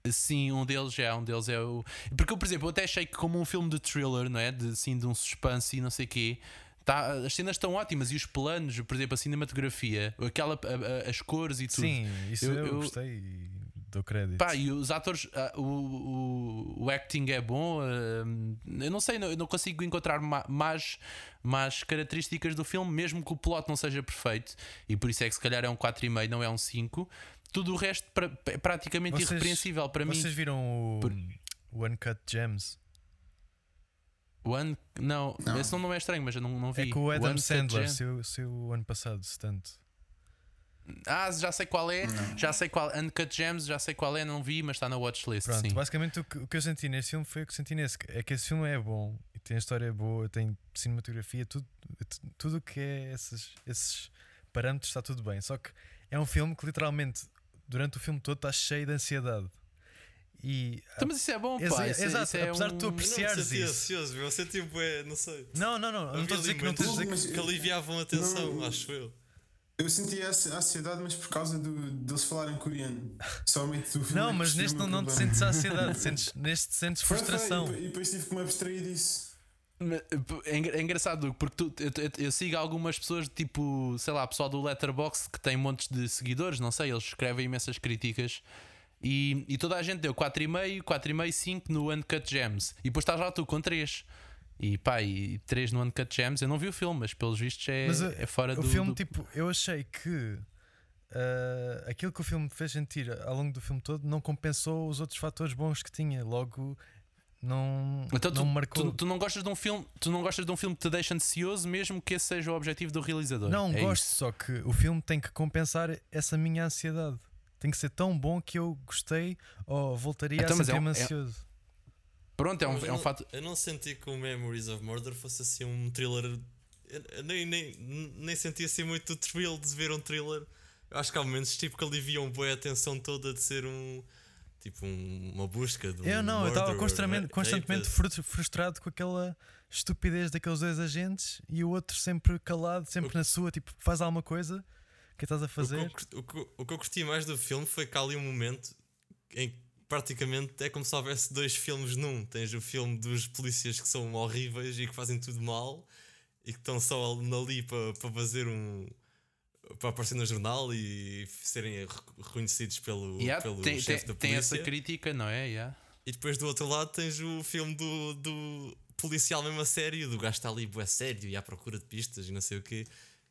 S2: Sim, um deles é, um deles é o. Porque eu, por exemplo, eu até achei que, como um filme de thriller, não é? De, assim, de um suspense e não sei o quê, tá, as cenas estão ótimas e os planos, por exemplo, a cinematografia, aquela, a- a- as cores e tudo.
S3: Sim, isso
S2: Eu-
S3: eu,
S2: eu-
S3: gostei e dou crédito.
S2: Pá, e os atores, ah, o, o, o acting é bom. ah, eu não sei, não, eu não consigo encontrar ma- mais, mais características do filme, mesmo que o plot não seja perfeito. E por isso é que se calhar é um 4,5, não é um 5. Tudo o resto pra- é praticamente
S3: Vocês-
S2: irrepreensível para mim.
S3: Vocês viram o,
S2: Por-
S3: o Uncut Gems?
S2: One, não,
S4: Não.
S2: esse nome não é estranho, mas eu não, não vi.
S3: É com o Adam
S2: One
S3: Sandler,
S2: Cut Gem-
S3: seu, seu ano passado, se tanto.
S2: Ah, já sei qual é, já sei qual. Uncut Gems, já sei qual é, não vi, mas está na watchlist.
S3: Pronto,
S2: sim.
S3: basicamente o que, o que eu senti nesse filme foi o que senti nesse. É que esse filme é bom, e tem a história boa, tem cinematografia, tudo tu- tudo o que é esses, esses parâmetros está tudo bem. Só que é um filme que literalmente, durante o filme todo, está cheio de ansiedade. E. ah,
S2: Então, mas isso é bom,
S3: Exa-
S2: pá. Isso, é-
S3: exato,
S2: isso é
S3: apesar
S2: um...
S3: de tu
S1: Eu não
S3: Apreciares
S1: me senti
S3: isso.
S1: ansioso, meu. Eu senti, bué, é, não sei.
S3: Não, não, não, eu não estou a dizer que não estou a dizer que.
S1: que aliviavam a tensão,
S4: Não.
S1: acho eu.
S4: Eu senti essa ansiedade, mas por causa do, deles falarem coreano. Somente do filme.
S3: Não,
S4: é que
S3: mas
S4: percebi o
S3: neste
S4: meu
S3: não, não te
S4: problema.
S3: sentes ansiedade, sentes, neste sentes
S4: Foi, foi,
S3: frustração.
S4: E, e depois tive que me abstrair disso.
S2: Mas, p- É engra- é engraçado, Duque, porque tu- eu, eu- eu sigo algumas pessoas, tipo, sei lá, pessoal do Letterboxd que tem montes de seguidores, não sei, eles escrevem imensas críticas. E, e toda a gente deu 4,5, 4,5, 5 no Uncut Gems. E depois estás lá tu com 3. E pá, e 3 no Uncut Gems. Eu não vi o filme, mas pelos vistos é,
S3: Mas, eh,
S2: é fora
S3: o
S2: do.
S3: filme,
S2: do-
S3: tipo, eu achei que ah, aquilo que o filme fez sentir ao longo do filme todo não compensou os outros fatores bons que tinha. Logo, não,
S2: Então
S3: não
S2: tu,
S3: marcou.
S2: tu, tu não gostas de um filme, tu não gostas de um filme que te deixa ansioso, mesmo que esse seja o objetivo do realizador.
S3: não,
S2: É
S3: gosto,
S2: isso.
S3: só que o filme tem que compensar essa minha ansiedade. Tem que ser tão bom que eu gostei ou voltaria
S2: Então,
S3: a
S2: mas é
S3: sentir-me
S2: um- é-
S3: ansioso.
S2: Pronto, é um,
S1: Mas eu
S2: é um
S1: não-
S2: fato.
S1: Eu não senti que o Memories of Murder fosse assim um thriller. eu- eu nem, nem, nem senti assim muito o thrill de ver um thriller. Eu acho que há momentos tipo, que aliviam bem a atenção toda de ser um. Tipo, um- uma busca de um
S3: Eu É, não, eu
S1: murderer,
S3: estava
S1: né? é
S3: constantemente,
S1: ra-
S3: constantemente
S1: rapist.
S3: frus- frustrado com aquela estupidez daqueles dois agentes e o outro sempre calado, sempre na sua, tipo, faz alguma coisa. O que é que estás a
S1: O que,
S3: fazer?
S1: eu, cur- o, que, eu- o que eu curti mais do filme foi que há ali um momento em que praticamente é como se houvesse dois filmes num. Tens o filme dos polícias que são horríveis e que fazem tudo mal e que estão só ali para para fazer um. para aparecer no jornal e serem re- reconhecidos pelo,
S2: Yeah,
S1: pelo
S2: tem,
S1: chefe
S2: tem-
S1: da polícia.
S2: tem essa crítica, não é? Yeah.
S1: E depois do outro lado tens o filme do, do policial mesmo a sério, do gajo está ali bué sério e à procura de pistas e não sei o quê.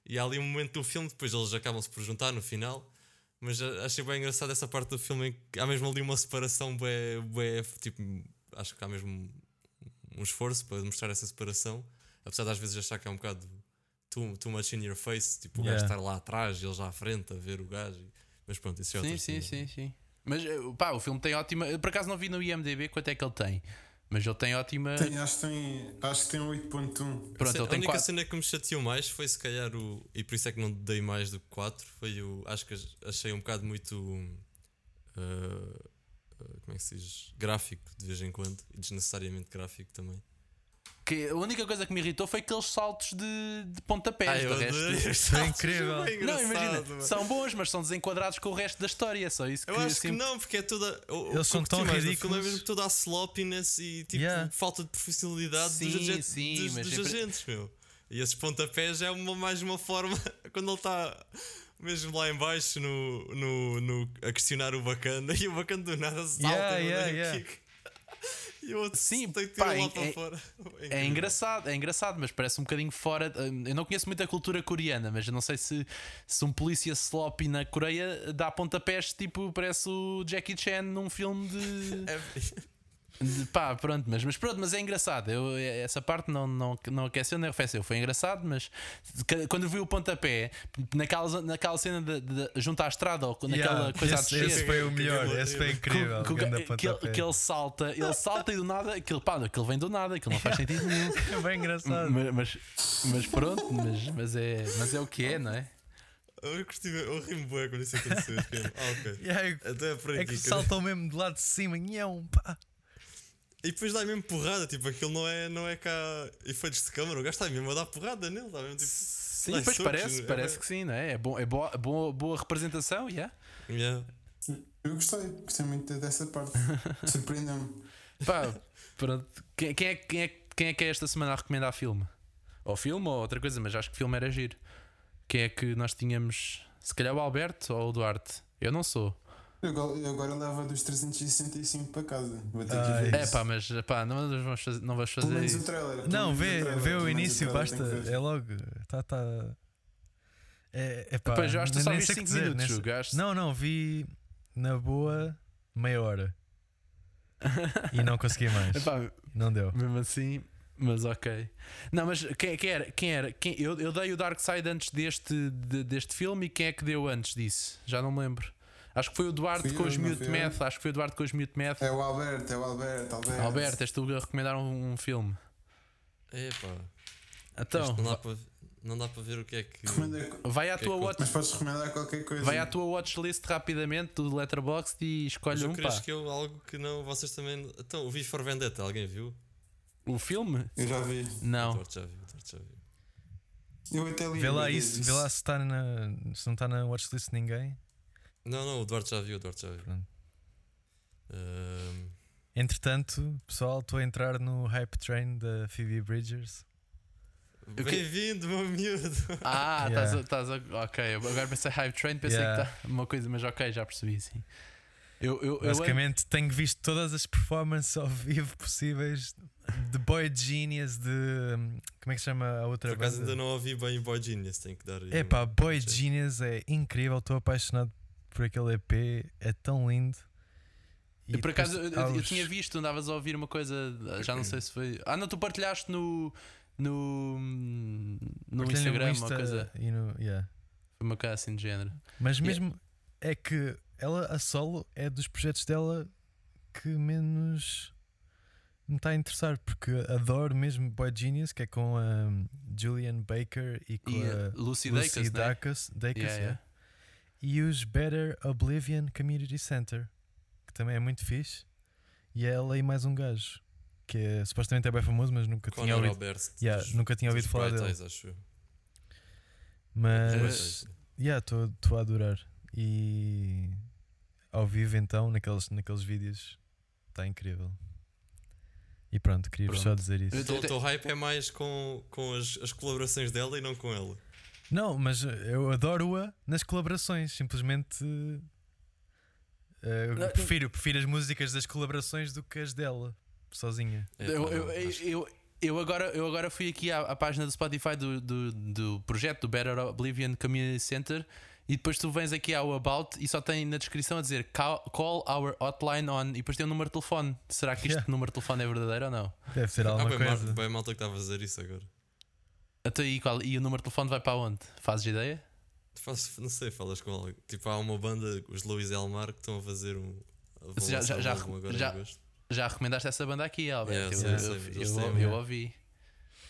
S1: E há ali um momento do filme, depois eles acabam-se por juntar no final. Mas a- achei bem engraçado essa parte do filme em que há mesmo ali uma separação bué, bué, tipo, acho que há mesmo um esforço para mostrar essa separação. Apesar de às vezes achar que é um bocado too, too much in your face, tipo o gajo
S3: Yeah.
S1: estar lá atrás e eles lá à frente a ver o gajo. Mas pronto, isso já é
S2: Sim,
S1: outra
S2: sim,
S1: cena.
S2: sim, sim. Mas eh, pá, o filme tem ótima. eu, por acaso não vi no IMDB quanto é que ele tem, mas ele tem ótima.
S4: Tem, acho, que tem, acho que tem 8.1.
S2: Pronto,
S1: Se-
S2: ele
S1: é, a
S2: tem
S1: única
S2: quatro.
S1: cena que me chateou mais foi se calhar o. E por isso é que não dei mais do que 4. Foi o. Acho que ach- achei um bocado muito. uh, uh, como é que se diz? Gráfico de vez em quando. E desnecessariamente gráfico também.
S2: Que a única coisa que me irritou foi aqueles saltos de, de pontapés.
S1: Ah,
S2: do
S1: eu adorei
S2: resto.
S1: os saltos,
S3: incrível.
S1: bem
S2: é Não,
S1: engraçado,
S2: imagina,
S1: mano.
S2: são bons, mas são desenquadrados com o resto da história. é Só isso que
S1: Eu acho que
S2: assim,
S1: não, porque é toda. o- o
S3: Eles
S1: que
S3: são
S1: eu curti
S3: tão
S1: mais do filme
S3: ridículos.
S1: É mesmo toda a sloppiness e tipo
S3: Yeah.
S1: falta de profissionalidade
S2: Sim,
S1: dos, agen-
S2: sim,
S1: dos-
S2: mas
S1: dos
S2: sempre-
S1: agentes, meu. E esses pontapés é uma, mais uma forma quando ele está mesmo lá em baixo no, no, no- a questionar o bacana e o bacana do nada salta
S3: Yeah,
S1: e
S3: yeah,
S1: dá um
S3: yeah.
S1: kick. E o outro
S2: Sim,
S1: tem que
S2: pá,
S1: tirar lá
S2: é-
S1: para
S2: é-
S1: fora.
S2: É
S3: Uhum.
S1: incrível.
S2: engraçado, é engraçado, mas parece um bocadinho fora. hum, Eu não conheço muito a cultura coreana, mas eu não sei se, se um polícia sloppy na Coreia dá pontapés, tipo, parece o Jackie Chan num filme de.
S1: É-
S2: De- Pá, pronto, mas, mas pronto, mas é engraçado. Eu, essa parte não, não, não aqueceu nem arrefeceu. Foi engraçado, mas ca- quando vi o pontapé, naquela, naquela cena de, de- junto à estrada ou naquela
S3: Yeah,
S2: coisa
S3: esse,
S2: a descer.
S3: esse foi o melhor, esse foi
S2: que-
S3: incrível.
S2: que o
S3: ganda
S2: ga- que, ele,
S3: pontapé.
S2: que ele salta, ele salta e do nada, aquilo, pá, aquilo vem do nada, aquilo não faz sentido nenhum.
S3: É bem engraçado.
S2: Mas, mas, mas pronto, mas, mas, é, mas é o que é, não é?
S1: Eu curti, bué, eu rimo bué quando isso aconteceu. eu fiquei, ah, ok.
S3: E aí,
S1: Até por
S3: é
S1: aqui.
S3: que
S1: cara.
S3: saltam mesmo de lado de cima. Nhão, pá.
S1: E depois dá mesmo porrada, tipo, aquilo não é, não é cá efeitos de câmara, o gajo está mesmo a dar porrada nele, está mesmo tipo.
S2: Sim,
S1: Ai,
S2: pois
S1: socos,
S2: parece,
S1: é-
S2: parece que sim, não é? É, bom, é boa, boa, boa representação, yeah?
S1: Yeah.
S4: Eu gostei, gostei muito dessa parte. Surpreendeu-me.
S2: Pá, pronto. Quem, quem é, quem, é, quem é que é esta semana a recomendar filme? Ou filme ou outra coisa, mas acho que filme era giro. Quem é que nós tínhamos? Se calhar o Alberto ou o Duarte? Eu não sou.
S4: Eu agora- eu agora levo a dos 365 para casa. Vou ter
S3: Ai.
S4: que ver.
S2: É
S4: isso.
S2: pá, mas pá, não vamos fazer, não vamos
S4: Pelo
S2: fazer
S4: menos o
S2: isso.
S4: trailer. pelo
S3: é Não,
S4: menos
S3: vê,
S4: trailer,
S3: vê
S4: pelo
S3: o
S4: menos
S3: início,
S4: trailer,
S3: basta.
S4: tenho que ver.
S3: É logo. Tá, tá. É, é pá.
S2: Pois, eu acho que tu só
S3: nem
S2: viste
S3: sei o que
S2: 5
S3: dizer,
S2: minutos,
S3: nem sei-
S2: Hugo, acho.
S3: Não, não, vi na boa meia hora. e não consegui mais.
S2: Epá,
S3: Não deu.
S2: mesmo assim, mas ok. Não, mas quem, quem era? Quem era? Quem, eu, eu dei o Dark Side antes deste, de- deste filme e quem é que deu antes disso? Já não me lembro. Acho que foi o Duarte
S4: Fui
S2: com
S4: eu,
S2: os
S4: não
S2: Mute
S4: fui eu.
S2: Math. Acho que foi o Duarte com os Mute Math.
S4: É o Alberto, é o Alberto, Alberto.
S2: Alberto, és tu a recomendar um, um filme.
S1: Epá,
S2: Então,
S1: isto não dá para não dá para ver o que é que.
S4: Recomenda-
S2: vai à
S1: que é
S2: tua
S1: que eu-
S2: watch,
S4: Mas podes recomendar qualquer coisa.
S2: vai à tua watchlist rapidamente do Letterboxd e
S1: Mas
S2: escolhe
S1: eu
S2: um
S1: queria
S2: pá.
S1: que eu algo que não. Vocês também. Então, o Vi for Vendetta, alguém viu?
S2: O filme?
S4: Eu já vi.
S1: O
S2: Não.
S1: Duarte já viu, o Duarte já viu.
S4: Eu até li.
S3: Vê lá
S4: eu li
S3: isso, vê lá se, tá na, se não está na watchlist de ninguém.
S1: Não, não, o Duarte já viu, o Duarte já viu.
S3: Pronto.
S1: Ahm,
S3: Entretanto, pessoal, estou a entrar no hype train da Phoebe Bridgers. é
S2: que-
S1: Bem-vindo, meu miúdo!
S2: Ah,
S3: Yeah.
S2: estás a- estás a. Ok, agora pensei Hype Train, pensei
S3: Yeah.
S2: que está uma coisa, mas ok, já percebi, sim. Eu, eu, eu,
S3: Basicamente, tenho visto todas as performances ao vivo possíveis de Boy Genius, de. hum, Como é que se chama a
S1: Por
S3: outra
S1: acaso ainda
S3: banda?
S1: não ouvi bem o Boy Genius, tenho que dar aí.
S3: É pá,
S1: um-
S3: Boy
S1: check.
S3: Genius é incrível, estou apaixonado por aquele EP, é tão lindo.
S2: eu, por acaso, eu,
S3: depois
S2: eu-
S3: há
S2: eu
S3: os-
S2: tinha visto, andavas a ouvir uma coisa, já não sei se foi. Ah, não, tu partilhaste no. No, no
S3: partilhei
S2: Instagram,
S3: Insta
S2: uma coisa.
S3: e no- yeah.
S2: Foi uma coisa assim de género.
S3: Mas
S2: Yeah.
S3: mesmo é que ela, a solo, é dos projetos dela que menos me está a interessar, porque adoro mesmo Boy Genius, que é com a hum, Julian Baker e com
S2: E eh,
S3: a
S2: Lucy Dacus,
S3: Lucy
S2: né?
S3: Dacus, Dacus,
S2: Yeah,
S3: yeah.
S2: yeah.
S3: e os Better Oblivion Community Center, que também é muito fixe. E é ela e mais um gajo, que é, supostamente é bem famoso, mas nunca tinha
S1: Conor
S3: ouvido,
S1: Albert.
S3: yeah,
S1: dos-
S3: nunca tinha
S1: dos
S3: ouvido falar
S1: Bright
S3: dele.
S1: Eyes, acho eu.
S3: Mas
S1: Bright
S2: Eh,
S1: Eyes.
S3: yeah, estou a adorar. E ao vivo então, naqueles, naqueles vídeos, está incrível. E pronto, queria vos só
S1: Pronto.
S3: dizer isso.
S2: Eu-
S1: Então o teu hype é mais com, com as, as colaborações dela e não com ela.
S3: Não, mas eh, eu adoro-a nas colaborações, simplesmente. eh, eu
S2: Não,
S3: prefiro, prefiro as músicas das colaborações do que as dela, sozinha.
S1: É,
S2: eu,
S1: pá,
S2: eu,
S1: não,
S2: eu,
S1: acho-
S2: eu- eu agora, eu agora fui aqui à, à página do Spotify do, do, do projeto do Better Oblivion Community Center e depois tu vens aqui ao About e só tem na descrição a dizer "Ca- Call our hotline on e depois tem o número de telefone. Será que este
S3: Yeah.
S2: número de telefone é verdadeiro ou não?
S3: Deve ser
S1: Há
S3: alguma
S1: Ah, bem,
S3: coisa.
S1: mal, bem malta que está a fazer isso agora.
S2: Até aí, qual, e o número de telefone vai para onde? Fazes ideia?
S1: Faço, não sei, falas com alguém. Tipo, há uma banda, os Luís Elmar, que estão a fazer um. vão
S2: Você já-
S1: lançar
S2: já-
S1: um
S2: já-
S1: álbum agora em
S2: já-
S1: agosto.
S2: Já recomendaste essa banda aqui, Alberto?
S1: Yeah,
S2: eu,
S1: sim,
S2: eu-
S1: sim,
S2: eu-
S1: sim,
S2: eu-
S1: sim.
S2: eu ouvi.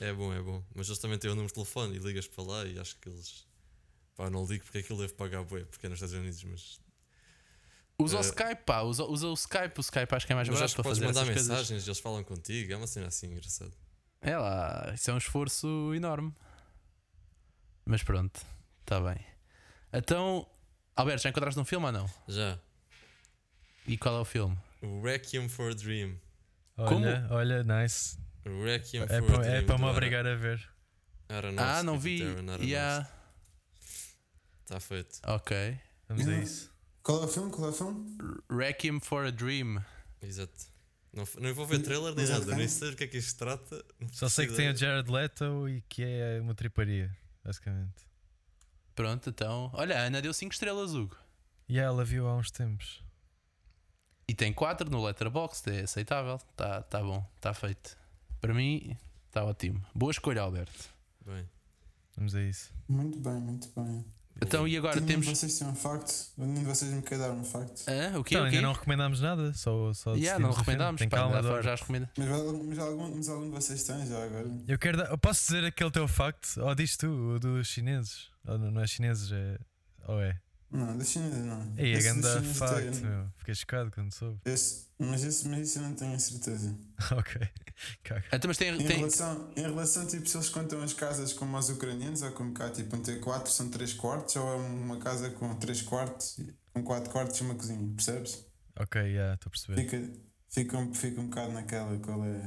S1: É bom, é bom. Mas eles também têm o número de telefone e ligas para lá e acho que eles. Pá, não ligo porque aquilo deve pagar bué, porque é nos Estados Unidos, mas.
S2: Usa o
S1: Eh,
S2: Skype, pá, usa, usa o Skype, o Skype acho que é mais
S1: Mas
S2: barato
S1: acho que
S2: para
S1: podes
S2: fazer
S1: mandar
S2: essas
S1: mensagens
S2: coisas.
S1: e eles falam contigo. É uma cena assim engraçada.
S2: É lá, isso é um esforço enorme. Mas pronto, está bem. Então, Alberto, já encontraste um filme ou não?
S1: Já.
S2: E qual é o filme?
S1: O Requiem for a Dream.
S3: Olha, olha, nice.
S1: O Requiem
S3: É
S1: for a
S3: para,
S1: Dream.
S3: é para
S1: do
S3: me
S1: Ara-
S3: obrigar a ver.
S1: Aronofsky,
S2: ah, não
S1: do
S2: vi.
S1: Darren Aronofsky.
S2: Yeah.
S1: Está Tá feito.
S2: Ok.
S3: Vamos a
S4: Não.
S3: isso.
S4: Qual é o filme? Qual é o filme?
S2: Requiem for a Dream.
S1: Exato. Não, f- não vou ver trailer nem
S4: Exato,
S1: nada,
S4: não.
S1: nem sei do que é que isto trata. não
S3: Só sei que
S1: faço
S3: tem o
S1: ideia.
S3: Jared Leto e que é uma triparia, basicamente.
S2: Pronto, então. Olha, a Ana deu 5 estrelas, Hugo.
S3: E ela viu há uns tempos.
S2: E tem 4 no Letterboxd, é aceitável. Está tá bom, está feito. Para mim, está ótimo. Boa escolha, Alberto.
S1: Bem,
S3: Vamos a isso.
S4: Muito bem, muito bem.
S2: Então, e agora
S4: Nenhum
S2: temos.
S4: de vocês têm um facto. Nenhum de vocês me quer dar um facto.
S2: Hã? o que
S3: Então,
S2: o quê?
S3: ainda não recomendámos nada, só, só
S2: Yeah,
S3: decidimos
S2: não
S3: no fim.
S2: recomendámos.
S3: Tem
S2: pá,
S3: calma,
S2: já,
S3: Eduardo.
S2: já recomenda.
S4: Mas, mas, algum, mas algum de vocês tem já agora?
S3: Eu quero dar- eu posso dizer aquele teu facto? Ou diz tu, o dos chineses? Ou não, não é chineses, é. Ou é?
S4: Não, da China não.
S3: Ei, a
S4: Esse dos
S3: ganda
S4: chineses
S3: fact,
S4: tem.
S3: meu. Fiquei chocado quando soube.
S4: Esse- mas, esse, mas isso eu não tenho a certeza.
S3: ok. Caga.
S2: Então, mas tem.
S4: Em
S2: tem...
S4: relação, em relação, tipo, se eles contam as casas como aos ucranianos ou como cá, tipo, um T4 são 3 quartos ou é uma casa com 3 quartos, com 4 quartos e uma cozinha, percebes?
S3: Ok, já, estou a perceber.
S4: Fica, fica, um, fica um bocado naquela, qual é.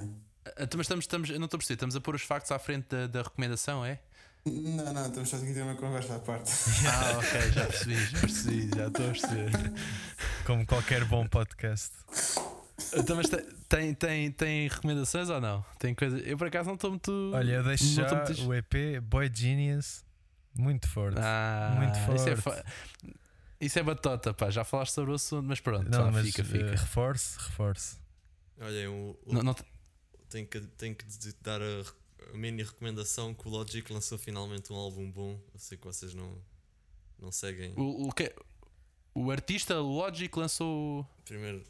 S2: Então, mas estamos, estamos, eu não estou a perceber, estamos a pôr os factos à frente da, da recomendação, é?
S4: Não, não, estamos só aqui a ter uma conversa à parte.
S2: Ah, ok, já percebi, já percebi, já estou a perceber.
S3: Como qualquer bom podcast.
S2: Então, mas te- tem, tem, tem recomendações ou não? Tem coisa. Eu por acaso não estou muito.
S3: Olha, eu deixo
S2: não
S3: já
S2: estou muito-
S3: o EP Boy Genius muito forte.
S2: Ah,
S3: Muito
S2: Isso é,
S3: forte.
S2: fa- isso é batota, pá. Já falaste sobre o assunto, mas pronto,
S3: não,
S2: lá,
S3: mas
S2: então fica,
S3: eh,
S2: fica.
S3: reforço, reforço.
S1: olhem, o, o-
S2: Não- não te-
S1: Tenho, que, tenho que de- dar a, rec- a mini recomendação que o Logic lançou finalmente um álbum bom. Eu sei que vocês não, não seguem.
S2: o, o, que- é- o artista Logic lançou.
S1: Primeiro,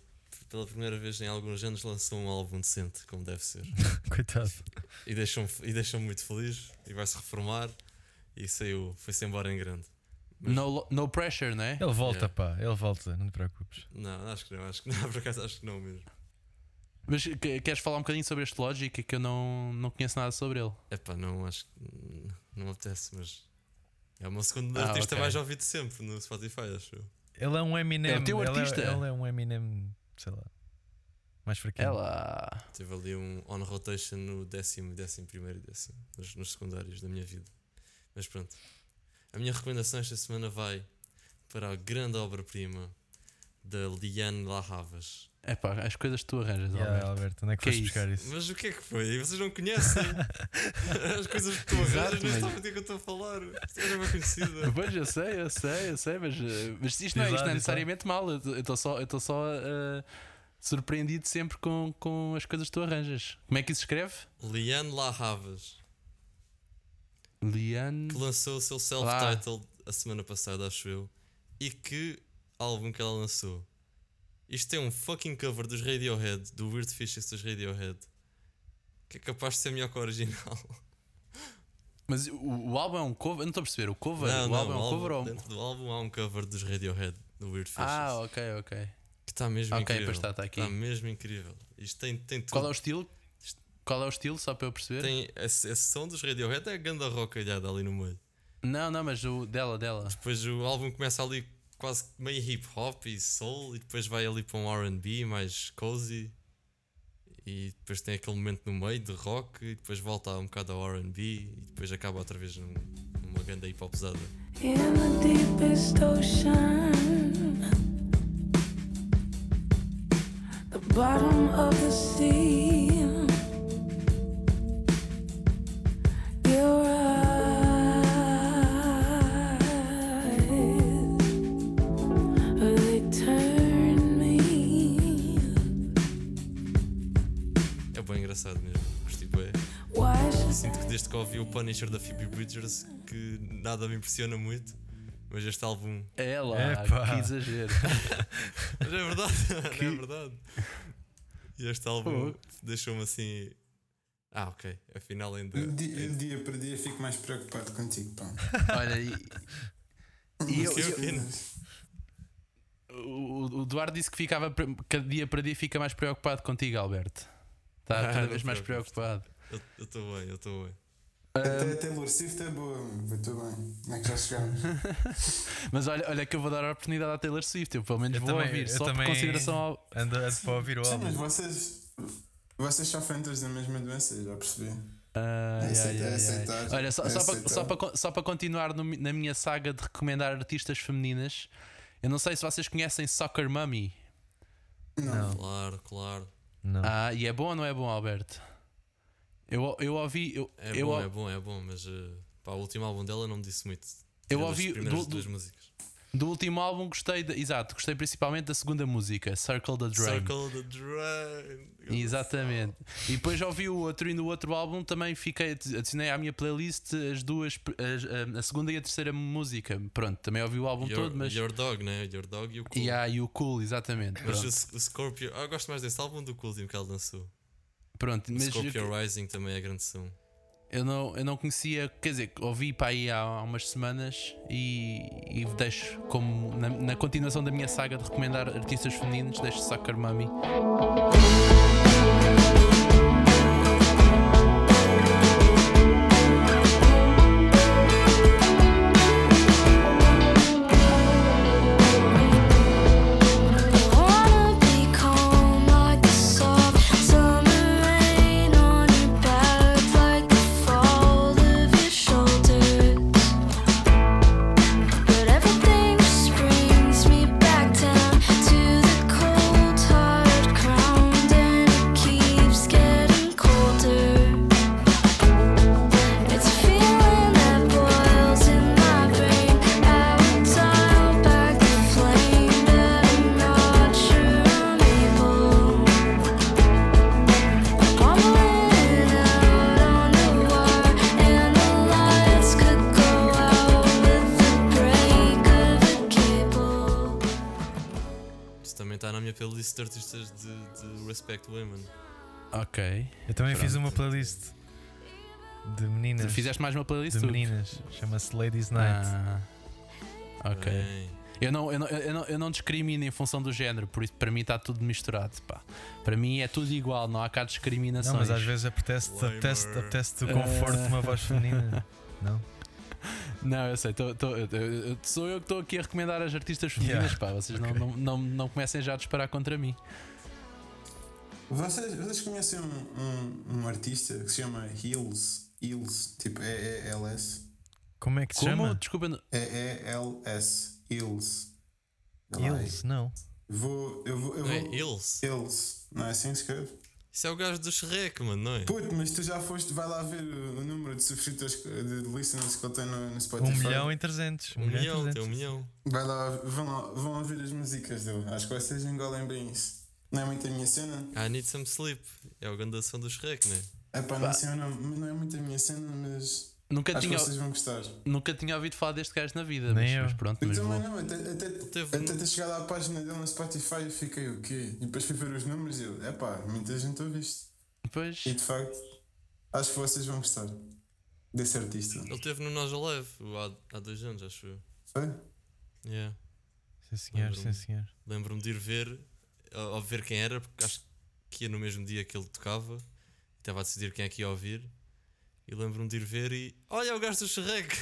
S1: pela primeira vez em alguns anos lançou um álbum decente, como deve ser.
S3: Coitado.
S1: e deixou-me e deixou muito feliz e vai-se reformar e saiu, foi-se embora em grande. Mas-
S2: No, Lo- no Pressure, não é?
S3: Ele volta,
S1: Yeah.
S3: pá, ele volta, não te preocupes.
S1: Não, acho que não, acho que não, por acaso acho que não mesmo.
S2: Mas que- queres falar um bocadinho sobre este Logic? Que eu não, não conheço nada sobre ele.
S1: Epá, não, acho que n- não me apetece, mas é o meu segundo
S2: Ah,
S1: artista
S2: ok.
S1: mais ouvido sempre no Spotify, acho eu.
S3: Ele é um Eminem.
S2: É o teu
S3: ele
S2: artista?
S3: Ele é, um Eminem, sei lá. Mais fraquinho.
S2: É lá.
S1: Tive ali um on rotation no décimo, décimo primeiro e décimo, nos, nos secundários da minha vida. Mas pronto. A minha recomendação esta semana vai para a grande obra-prima da Liane Larravas.
S2: É pá, as coisas que tu arranjas,
S3: Yeah,
S2: Alberto.
S3: Alberto, onde é que,
S2: Que é
S3: foste
S2: isso?
S3: buscar isso?
S1: Mas o que é que foi? Vocês não conhecem as coisas que tu arranjas,
S2: Exato,
S1: nem
S2: mas-
S1: sabem do que é que eu estou a falar. Isto era uma conhecida.
S2: Pois, eu sei, eu sei, eu sei, mas, eh, mas isto, não é, isto não é
S3: Diz lá, diz lá.
S2: necessariamente mal. Eu estou só, eu tô só eh, surpreendido sempre com, com as coisas que tu arranjas. Como é que isso se escreve?
S1: Liane Larravas,
S2: Liane.
S1: que lançou o seu self-titled a semana passada, acho eu. E que álbum que ela lançou? Isto tem um fucking cover dos Radiohead, do Weird Fishes dos Radiohead, que é capaz de ser melhor que o original.
S2: Mas o, o álbum é um cover? Eu não estou a perceber. O cover?
S1: não,
S2: o
S1: não,
S2: álbum é um
S1: o
S2: cover ou.
S1: dentro do álbum há um cover dos Radiohead, do Weird Fishes,
S2: Ah, ok, ok.
S1: que está mesmo
S2: Ok,
S1: incrível.
S2: pois está, está aqui.
S1: Está mesmo incrível. Isto tem, tem tudo.
S2: Qual é o estilo? Qual é o estilo, só para eu perceber?
S1: Tem esse, esse som dos Radiohead é a ganda rocalhada ali no meio.
S2: Não, não, mas o dela, dela.
S1: Depois o álbum começa ali quase meio hip hop e soul e depois vai ali para um R&B mais cozy. E depois tem aquele momento no meio de rock e depois volta um bocado ao R&B e depois acaba outra vez num- numa ganda hip hop pesada.
S5: In the deepest ocean, the bottom of the sea, your eyes, oh, they turn me.
S1: É bem engraçado mesmo, gostei bem.
S5: Why should
S1: Sinto que desde que ouvi o Punisher da Phoebe Bridgers que nada me impressiona muito, mas este álbum...
S2: É Ela,
S3: Epá.
S2: que exagero.
S1: Mas é verdade, não
S2: Que-
S1: é verdade. E este álbum
S2: Fogo.
S1: deixou-me assim... Ah, ok, afinal ainda...
S4: Dia, dia para dia fico mais preocupado contigo, pá.
S2: Olha, e, e eu-
S1: Porque
S2: eu-
S1: eu- eu-
S2: O, o Eduardo disse que ficava pre- cada dia para dia fica mais preocupado contigo, Alberto. Está
S1: Ah,
S2: cada
S1: não
S2: vez
S1: te
S2: mais preocupado.
S1: Eu estou bem, eu estou bem.
S4: Até a Taylor Swift é boa, meu. eu estou bem. Como é que já chegámos?
S2: Mas olha, olha que eu vou dar a oportunidade à Taylor Swift, eu pelo menos
S3: Eu
S2: vou
S3: também-
S2: ouvir,
S3: eu
S2: só
S3: também-
S2: por consideração ao.
S3: Anda, anda para ouvir o
S4: Sim, mas
S3: álbum.
S4: vocês. Vocês sofrem todos da mesma doença, já percebi.
S2: Ah,
S4: É
S2: ai,
S4: aceitar-
S2: ai,
S4: é
S2: ai.
S4: aceitar,
S2: Olha, só,
S4: é
S2: só, para,
S4: aceitar.
S2: só, para, con- só para continuar no mi- na minha saga de recomendar artistas femininas, eu não sei se vocês conhecem Soccer Mummy.
S3: Não,
S1: Claro, claro.
S3: não.
S2: Ah, e é bom ou não é bom, Alberto? Eu, eu ouvi. Eu,
S1: É
S2: eu,
S1: bom,
S2: ou-
S1: é bom, é bom, mas eh, pá, o último álbum dela não me disse muito.
S2: Eu
S1: Tirando
S2: ouvi
S1: as primeiras
S2: do- do-
S1: duas músicas.
S2: Do último álbum gostei, de- exato, gostei principalmente da segunda música, Circle the Drain.
S1: Circle the Drain.
S2: Exatamente. E depois ouvi o outro e no outro álbum também fiquei, adicionei à minha playlist as duas, as- a segunda e a terceira música. Pronto, também ouvi o álbum
S1: Your,
S2: todo, mas.
S1: Your Dog, né? Your Dog e o Cool.
S2: E há e o Cool, exatamente.
S1: Mas
S2: Pronto,
S1: o, o Scorpio. Ah, eu gosto mais desse álbum do que o último que ele lançou.
S2: pronto,
S1: O
S2: mas
S1: Scorpio Rising também é grande som.
S2: eu não, eu não conhecia, quer dizer, ouvi para aí há, há umas semanas e, e deixo como na, na continuação da minha saga de recomendar artistas femininos, deixo Sucker Mummy.
S5: Wanna be calm like the soft summer rain on your back, like the fall of your shoulders. But everything just brings me back down to the cold hard ground, and it keeps getting colder. It's a feeling that boils in my brain. I would dial back the flame, but I'm not sure I'm able. Wobbling out on the wire, and the lights could go out with the break of a cable.
S1: Isso também está na minha playlist de artistas de, de Respect Women.
S2: Ok.
S3: Eu também fiz uma playlist de meninas.
S2: Fizeste mais uma playlist?
S3: de é?
S2: tu?
S3: meninas. Chama-se Ladies Night.
S2: Ah, ok.
S1: Bem,
S2: Eu não, eu, não, eu, não, eu não discrimino em função do género, por isso para mim está tudo misturado. Pá. Para mim é tudo igual, não há cá discriminações.
S3: Não, mas às vezes apetece,
S1: Lamer.
S3: apetece, apetece
S2: Ah.
S3: o conforto de uma voz feminina. Não?
S2: Não, eu sei, tô- tô- eu- eu- eu- sou eu que estou aqui a recomendar as artistas femininas,
S3: Yeah.
S2: pá. Vocês
S3: Ok.
S2: não, não, não, não comecem já a disparar contra mim.
S4: Vocês, vocês conhecem um, um, um artista que se chama Hills? Hills, tipo E-E-L-S.
S3: Como é que se
S2: Como?
S3: chama?
S2: Desculpa. não-
S4: E-E-L-S. é Hills. Olha lá aí.
S3: Eles? Não.
S4: Vou, eu vou, eu
S1: não
S4: vou.
S1: é? Eles.
S4: Hills. Não é assim que se escreve?
S1: Isso é o gajo do Shrek, mano, não é?
S4: Puto, mas tu já foste, vai lá ver o, o número de subscritores, que- de listeners que ele tem no, no Spotify.
S3: Um milhão e 300.
S1: Um milhão,
S3: e
S1: tem um
S3: 300.
S1: milhão.
S4: Vai lá, vão lá, vão ouvir as músicas dele. Acho que vocês engolem bem isso. Não é muito a minha cena.
S1: I need some sleep. É o grande som do Shrek, né?
S4: É pá, não, sei o nome, não é muito a minha cena, mas
S2: Nunca,
S4: acho que
S2: tinha,
S4: vocês vão gostar.
S2: nunca tinha ouvido falar deste gajo na vida,
S3: Nem
S2: mas,
S3: eu.
S2: mas pronto,
S4: Eu
S2: mas
S4: também
S2: vou.
S4: não, até, até,
S1: Teve
S4: até
S1: um-
S4: ter chegado à página dele no Spotify eu fiquei o quê? E depois fui ver os números e eu, é pá, muita gente ouve isto.
S2: Pois,
S4: E de facto, acho que vocês vão gostar desse artista.
S1: Ele teve no Nós Alive há, há dois anos, acho eu.
S4: Foi?
S1: Yeah.
S3: Sim, senhor, sim,
S1: Lembro-me.
S3: senhor.
S1: Lembro-me de ir ver, ou ou ver quem era, porque acho que ia no mesmo dia que ele tocava. Estava a decidir quem é que ia ouvir. E lembro-me de ir ver e. Olha, é o gajo do Shrek!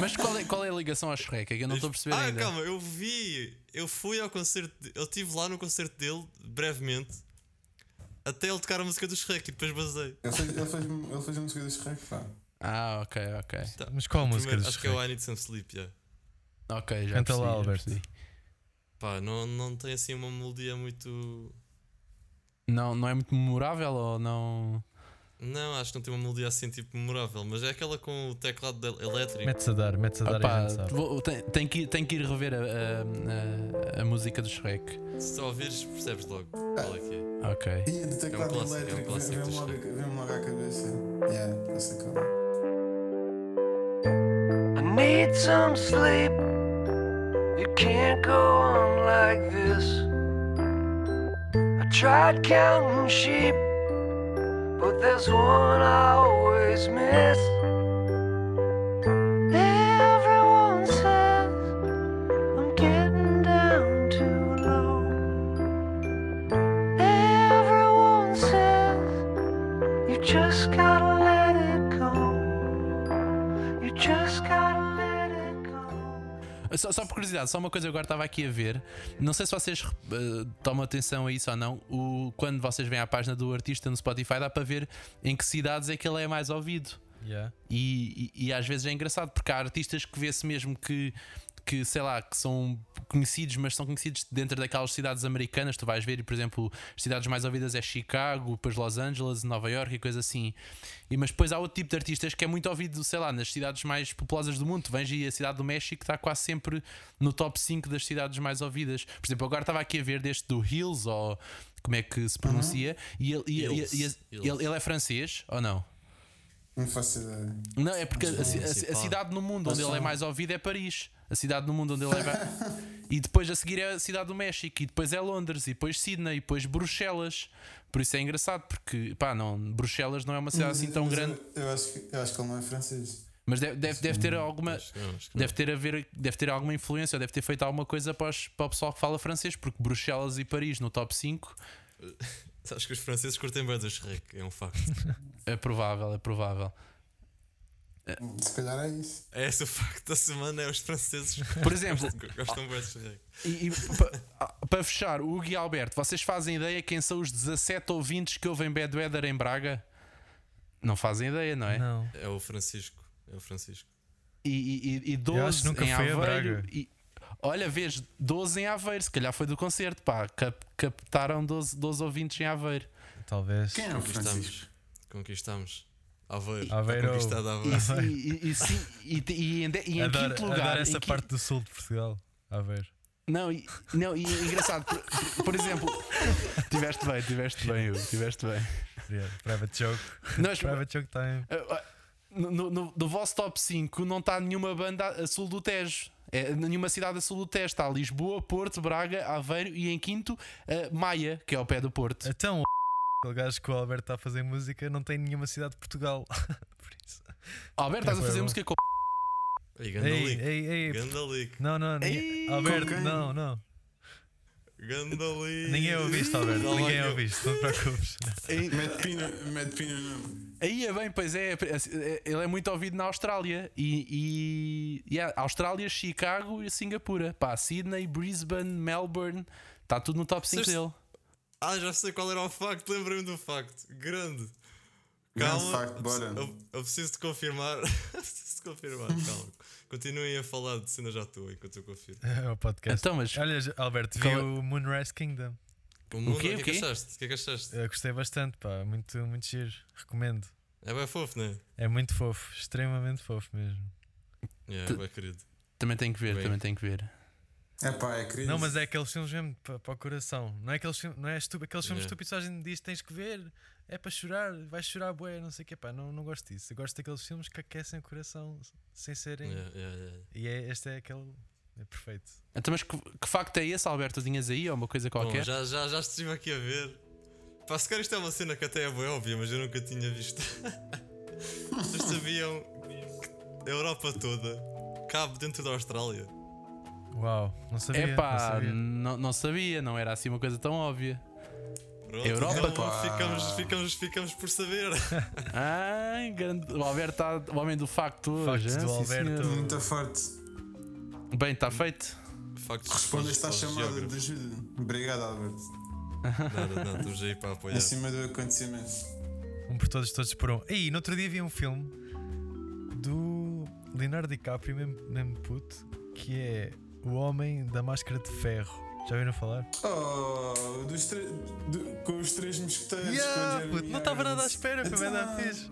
S2: mas qual, é, qual é a ligação à Shrek? É que eu não estou a perceber
S1: ah,
S2: ainda.
S1: calma, eu vi. Eu fui ao concerto. de- Eu estive lá no concerto dele, brevemente, até ele tocar a música do Shrek e depois basei.
S4: Ele fez, ele fez, ele fez a música dos Shrek, pá.
S2: Ah, ok, ok.
S3: Mas qual a música
S1: Primeiro,
S3: dos
S1: acho que é o I Need Some Sleep, yeah.
S2: Ok, já
S3: Canta Então
S2: percebi,
S3: lá,
S2: já
S3: Alberto.
S2: percebi.
S1: Pá, não, não tem assim uma melodia muito.
S2: Não, não é muito memorável ou não.
S1: Não, acho que não tem uma melodia assim tipo memorável, mas é aquela com o teclado del- elétrico.
S3: Metes a dar, metes a dar
S2: Opa,
S3: e a gente sabe.
S2: vou- tem, tem que, ir- tem que ir rever a, a- a- a música do Shrek.
S1: Se só ouvires, percebes logo qual é que é.
S2: Ok.
S4: E de teclado
S1: clássico, é um
S4: elétrico,
S1: clássico
S4: vem-me
S1: dos
S4: logo,
S1: Shrek.
S4: vem logo à cabeça. Yeah, tá essa cara.
S6: I need some sleep. You can't go on like this. I tried counting sheep, but there's one I always miss. Everyone says I'm getting down too low. Everyone says you just gotta let it go. You just gotta let it go.
S2: Só, só por curiosidade, só uma coisa eu agora estava aqui a ver. Não sei se vocês eh, tomam atenção a isso ou não. O, quando vocês vêm à página do artista no Spotify, dá para ver em que cidades é que ele é mais ouvido.
S3: Yeah.
S2: E, e- e às vezes é engraçado porque há artistas que vê-se mesmo que, que, sei lá, que são conhecidos, mas são conhecidos dentro daquelas cidades americanas. Tu vais ver, e, por exemplo, as cidades mais ouvidas é Chicago, depois Los Angeles, Nova York e coisa assim. E, mas depois há outro tipo de artistas que é muito ouvido, sei lá, nas cidades mais populosas do mundo. Tu vens e a cidade do México está quase sempre no top 5 das cidades mais ouvidas. Por exemplo, agora estava aqui a ver deste do Hills, ou como é que se pronuncia, e, ele, e- e-
S1: Hills,
S2: e-
S1: Hills.
S2: ele- ele é francês ou não?
S4: Não faço ideia.
S2: Não, é porque a, a- a-
S1: pá.
S2: a cidade no mundo onde ele é mais ouvido é Paris. A cidade no mundo onde ele é. ba- e depois a seguir é a cidade do México, e depois é Londres, e depois Sydney, e depois Bruxelas. Por isso é engraçado, porque, pá, não, Bruxelas não é uma cidade assim tão
S4: Mas
S2: grande.
S4: Eu, eu acho que, eu acho que ele não é francês.
S2: Mas deve, deve, deve ter alguma.
S1: Acho que não, acho que não.
S2: Deve ter, a ver, deve ter alguma influência, ou deve ter feito alguma coisa para, os- para o pessoal que fala francês, porque Bruxelas e Paris no top 5
S1: Sabes que os franceses curtem bem do Shrek, é um facto.
S2: é provável, é provável.
S4: Se calhar é isso.
S1: É esse o facto da semana, é os franceses que
S2: Por exemplo,
S1: gostam bem do Shrek.
S2: E, e pa- ah, para fechar, o Hugo e Alberto, vocês fazem ideia quem são os 17 ouvintes que ouvem Bad Weather em Braga? Não fazem ideia, não é?
S3: Não.
S1: É o Francisco, é o Francisco.
S2: E, e, e- e
S3: Eu
S2: 12
S3: acho que nunca
S2: em
S3: fui a
S2: Aveiro.
S3: Braga.
S2: e- olha, vês, 12 em Aveiro, se calhar foi do concerto, pá. cap- captaram 12, 12 ouvintes em Aveiro.
S3: Talvez.
S4: Quem é o Francisco?
S1: Conquistamos. Conquistamos. Aveiro.
S3: Aveiro.
S1: Está conquistado Aveiro.
S2: E, e, e, sim, e, te- e em, de- e em
S3: Adoro,
S2: quinto lugar.
S3: adoro
S2: em
S3: essa
S2: quinto-
S3: parte do sul de Portugal. A ver.
S2: Não, e, não, e é engraçado, por, por- por exemplo, tiveste bem, tiveste bem, Hugo, tiveste bem.
S3: Yeah, private joke.
S2: Nós,
S3: Private joke time.
S2: Uh, uh, no, no- no vosso top 5 não está nenhuma banda a sul do Tejo. É, nenhuma cidade a sul do Tejo. Está Lisboa, Porto, Braga, Aveiro e em quinto, uh, Maia, que é ao pé do Porto.
S3: Então, o aquele gajo que o Alberto está a fazer música não tem nenhuma cidade de Portugal. Por isso.
S2: Alberto, estás a
S3: foi
S2: fazer
S3: bom.
S2: música com.
S1: Ei,
S3: Ei,
S1: Gandalic.
S3: ei, ei.
S1: Gandalic.
S3: Não, não,
S2: Ei,
S3: ninguém.
S4: com
S3: Alberto,
S4: quem?
S3: não, não.
S1: Gandalic.
S3: Ninguém ouviste, Alberto.
S1: Não,
S3: Ninguém
S1: eu-
S3: ouviste, não te preocupes.
S4: Mete pino, mete pino no.
S2: Aí é bem, pois é. é, Ele é muito ouvido na Austrália. E. e, e é, Austrália, Chicago e Singapura. Pá, Sydney, Brisbane, Melbourne. Está tudo no top 5
S1: Vocês-
S2: dele.
S1: Ah, já sei qual era o facto, lembrei-me do facto. Grande.
S4: Grande
S1: Calma.
S4: facto,
S1: eu
S4: bora.
S1: preciso- Eu, eu preciso de confirmar. Eu preciso de confirmar, calma. Continuem a falar de cenas à toa enquanto eu confirmo.
S3: É o podcast.
S2: Então, mas.
S3: Olha, Alberto, vi
S2: Qual é-
S3: o Moonrise Kingdom.
S1: O mundo,
S2: quê?
S1: o que é que
S2: O quê?
S1: achaste? O que é que achaste?
S3: Eu gostei bastante, pá. Muito, muito giro. Recomendo.
S1: É bem fofo, não é?
S3: É muito fofo. Extremamente fofo mesmo.
S1: Yeah, é bem querido.
S2: Também tenho que ver,
S1: Bem.
S2: também tenho que ver.
S4: É pá, é querido.
S3: Não, mas é aqueles filmes mesmo pa- para, o coração. Não é aqueles filmes, não é estu- aqueles filmes
S1: Yeah.
S3: estúpidos que a gente diz tens que ver, é para chorar, vais chorar, bué, não sei o que, pá, não, não gosto disso. Eu gosto daqueles filmes que aquecem o coração sem serem.
S1: Yeah, yeah, yeah.
S3: E é, este é aquele. É perfeito.
S2: Então, mas que, que facto é esse, Alberto? Tinhas aí ou uma coisa
S1: Bom,
S2: qualquer?
S1: já, já, já estive aqui a ver. Pá, se calhar isto é uma cena que até é bem óbvia, mas eu nunca tinha visto. Vocês sabiam que a Europa toda cabe dentro da Austrália?
S3: Uau, não sabia. não
S2: Epá,
S3: sabia.
S2: não, não sabia, não era assim uma coisa tão óbvia.
S1: Pronto,
S2: Europa?
S1: então ficamos, ficamos, ficamos por saber.
S2: Ai, grande. O Alberto está o homem do facto hoje.
S3: Facto
S2: hein?
S3: do
S2: Sim,
S3: Alberto.
S2: senhor.
S4: Muito forte.
S2: Bem, está feito.
S1: Factos
S4: Respondeste à
S1: aos
S4: chamada de
S1: geógrafos.
S4: ajuda. Obrigado, Alberto.
S1: Nada, não, estamos aí para
S3: é.
S1: apoiar.
S4: Em cima do acontecimento.
S3: Um por todos, todos por um. E no outro dia vi um filme do Leonardo DiCaprio, mesmo, mesmo puto, que é O Homem da Máscara de Ferro. Já ouviram falar?
S4: Oh, dos tre- do- com os três mosqueteiros. com o
S3: Yeah,
S4: Jeremy
S3: puto, não estava
S4: Irons.
S3: nada à espera, foi bem da
S4: Então,
S3: fixe.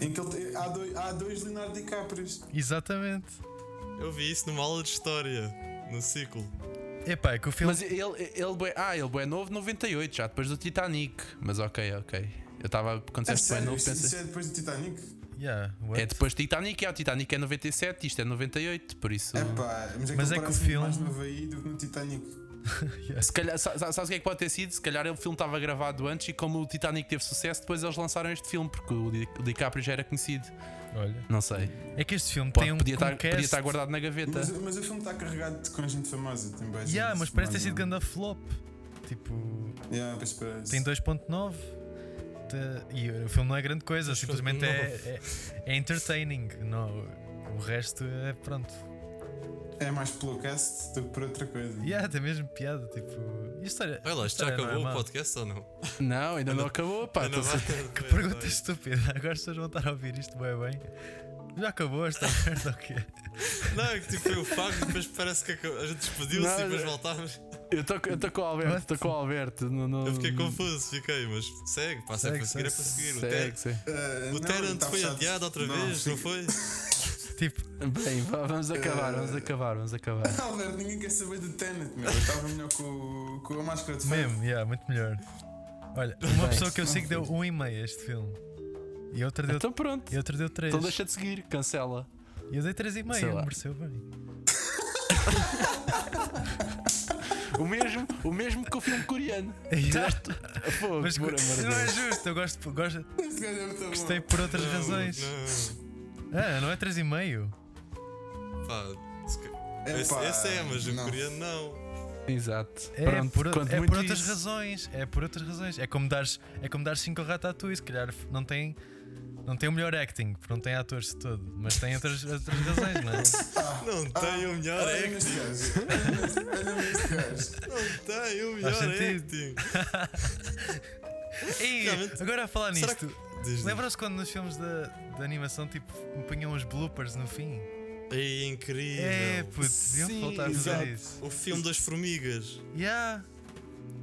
S4: Em que ele tem- há, dois, há dois Leonardo DiCaprios.
S3: Exatamente.
S1: Eu vi isso numa aula de história, no ciclo.
S3: Epá, é que o filme.
S2: Mas ele, ele, bué- ah, ele é novo, 98, já depois do Titanic. Mas ok, ok. Eu estava, quando disseste bué
S4: É sério,
S2: novo,
S4: isto, isto
S2: pensei.
S4: é depois do Titanic?
S3: Yeah, what?
S2: É depois do Titanic, é, o Titanic é 97, isto é 98, por isso.
S4: É pá, mas é que,
S3: Mas
S4: ele parece
S3: é que o
S4: muito
S3: filme-
S4: mais novo aí do que no Titanic.
S2: Se calhar, sa- sa- sabes o que é que pode ter sido? Se calhar o filme estava gravado antes e como o Titanic teve sucesso, depois eles lançaram este filme, porque o Di- o DiCaprio já era conhecido.
S3: Olha.
S2: Não sei.
S3: É que este filme
S2: Pode-
S3: tem um.
S2: podia,
S3: um
S2: estar,
S3: cast...
S2: podia estar guardado na gaveta.
S4: Mas, mas o filme está carregado de- com gente famosa também.
S3: Yeah,
S4: gente
S3: mas parece ter
S4: mais
S3: sido
S4: nova.
S3: ganda flop. Tipo,
S4: Yeah, pois parece.
S3: tem 2.9. Te- E o filme não é grande coisa, simplesmente é, é, é entertaining. Não, o resto é pronto.
S4: É mais pelo cast do que por outra coisa.
S3: Yeah, tem mesmo piada. Tipo, e a história.
S1: Olha lá, isto
S3: a
S1: já
S3: história não é
S1: acabou o
S3: má.
S1: podcast ou não?
S2: Não, ainda não acabou, pá.
S1: Ainda
S2: Tô-
S1: vai-
S3: Que
S1: vai-
S3: pergunta
S1: vai.
S3: estúpida. Agora as pessoas vão estar a ouvir isto bem bem. Já acabou esta merda ou quê?
S1: Não, é que tipo foi o Fábio, depois parece que acabou- a gente despediu-se e
S2: Não,
S1: depois
S2: não.
S1: voltámos.
S2: Eu estou com o Alberto, estou com o Alberto. Não, não,
S1: Eu fiquei confuso, fiquei, mas segue, pá, se é
S3: Segue,
S1: para seguir, é para
S3: segue,
S1: seguir. O Ter-
S2: Segue, segue.
S4: Ah,
S1: O
S4: não,
S1: Terent
S4: tá
S1: foi
S4: fechado.
S1: adiado outra
S4: Não,
S1: vez, não
S4: fica-
S1: foi?
S3: Tipo,
S2: Bem, vá- vamos acabar, vamos acabar, vamos acabar.
S4: Alberto, ninguém quer saber do Tenet, meu. Eu estava melhor com, o- com a máscara de ferro.
S3: mesmo, yeah, muito melhor. Olha, uma pessoa que eu sigo deu 1,5 a este filme. E outra deu,
S2: Então pronto.
S3: e outra deu 3.
S2: Então deixa de seguir, cancela.
S3: E eu dei
S2: Sei
S3: 3,5,
S2: lá.
S3: mereceu bem.
S2: O mesmo, o mesmo que o filme coreano. Certo? Fogo,
S3: Mas
S2: por amor de
S3: não é
S2: Deus.
S3: justo, eu gosto, gosto
S4: Este gajo é muito bom.
S3: gostei por outras
S1: Não,
S3: razões.
S1: Não,
S3: Ah, não é 3,5?
S1: pá, se ca-
S4: Epá,
S1: esse, esse é, mas o
S4: não.
S1: coreano não.
S2: Exato.
S3: É
S2: pronto,
S3: por,
S2: quanto
S3: é
S2: muito
S3: por outras
S2: isso.
S3: razões. É por outras razões. É como dares 5 é como dares cinco ao Ratatouille. Se calhar não tem, não tem o melhor acting, porque não tem atores de todo. Mas tem outras, outras razões, não é?
S1: Não é. tem o melhor
S4: Ah, Olha
S1: acting,
S4: neste gajo. Olha neste- Olha neste gajo.
S1: não tem o melhor acting.
S3: sentido. Ei,
S1: Realmente.
S3: agora a falar
S1: Será
S3: nisto.
S1: Diz, diz.
S3: Lembram-se quando nos filmes da, da animação tipo, punham os bloopers no fim?
S1: É incrível.
S3: É, puto,
S2: Sim,
S3: deviam voltar a
S1: exato.
S3: fazer isso.
S1: O filme das formigas.
S3: Yeah.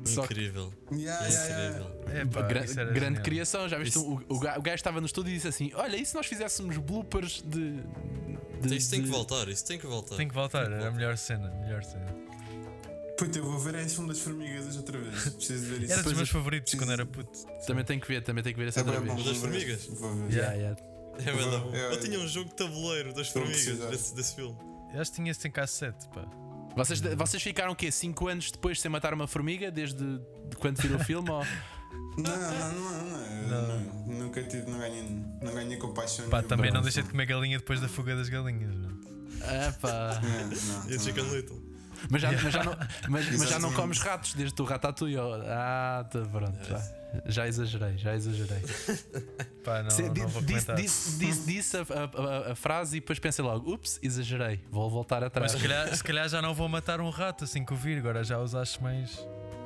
S2: Só que-
S1: Incrível.
S4: Yeah, yeah, yeah.
S1: Incrível.
S3: É, pá,
S2: Gran-
S3: isso era
S2: grande
S3: genial.
S2: criação, já viste?
S1: Isso-
S2: O, o ga- o gajo estava no estúdio e disse assim: Olha, e se nós fizéssemos bloopers de. de
S1: Isso Então, tem que
S2: de-
S1: voltar, isso tem que voltar.
S3: Tem que voltar, era a melhor cena. Melhor cena.
S4: Puta, eu vou ver esse filme das formigas hoje outra vez. Preciso ver isso.
S3: Era dos
S2: Depois
S3: meus
S2: eu-
S3: favoritos quando era puto.
S2: Também tem que ver, também tem que ver essa
S4: É
S2: outra vez.
S4: bom, vou
S1: Das
S4: ver.
S1: formigas?
S4: Vou ver.
S2: Yeah, yeah.
S1: É verdade. bom.
S4: É,
S1: Eu
S4: é.
S1: tinha um jogo de tabuleiro das
S4: Estou a
S1: formigas
S4: precisar.
S1: desse, desse filme.
S3: Eu acho que tinha esse em cassete, pá.
S2: Vocês, vocês ficaram o quê? 5 anos depois sem matar uma formiga? Desde de quando tirou o filme? Ou...
S4: Não, não, não, não, não. Nunca tive, não ganhei, não ganhei compaixão.
S3: Pá,
S4: nenhuma.
S3: também não deixei de comer galinha depois da fuga das galinhas, não.
S2: Ah, pá.
S4: Não, não,
S1: E a
S4: não.
S1: Chicken
S3: Ah,
S1: Little.
S2: Mas já, mas já não, mas, mas já não
S4: Exatamente.
S2: comes ratos desde o ratatouille. ó. Ah, tá, pronto. vá. Já exagerei, já exagerei. Então,
S3: Pá, não,
S2: Se-
S3: não vou
S2: di- Disse
S3: comentar.
S2: disse- disse- disse a, a- a- a frase e depois pensei logo: ups, exagerei, vou voltar
S3: Mas
S2: atrás.
S3: se calhar, se calhar já não vou matar um rato assim que o vir, agora já os acho mais.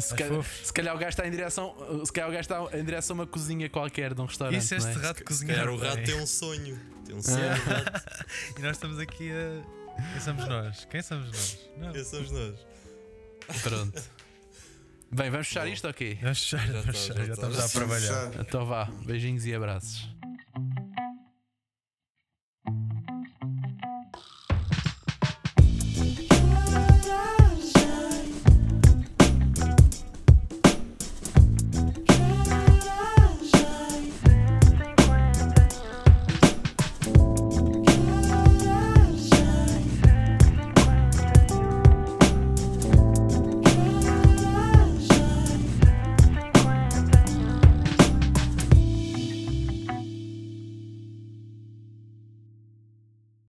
S2: se, calhar,
S3: fofos.
S2: se calhar o gajo está em direção, se calhar o gajo está em direção a uma cozinha qualquer de um restaurante.
S3: E se este
S2: não é?
S3: rato
S1: Se
S3: cozinhar?
S1: calhar o rato
S3: bem? Ah.
S1: tem um sonho. Tem um sonho, o rato.
S3: E nós estamos aqui a. Quem somos nós? Quem somos nós? Não.
S1: Esses somos nós.
S2: Pronto. Bem, vamos fechar isto ou quê?
S3: Vamos fechar,
S1: Já
S3: vamos
S1: tá,
S3: fechar,
S1: já
S3: já
S1: tá.
S3: estamos a trabalhar.
S2: Então vá, beijinhos e abraços.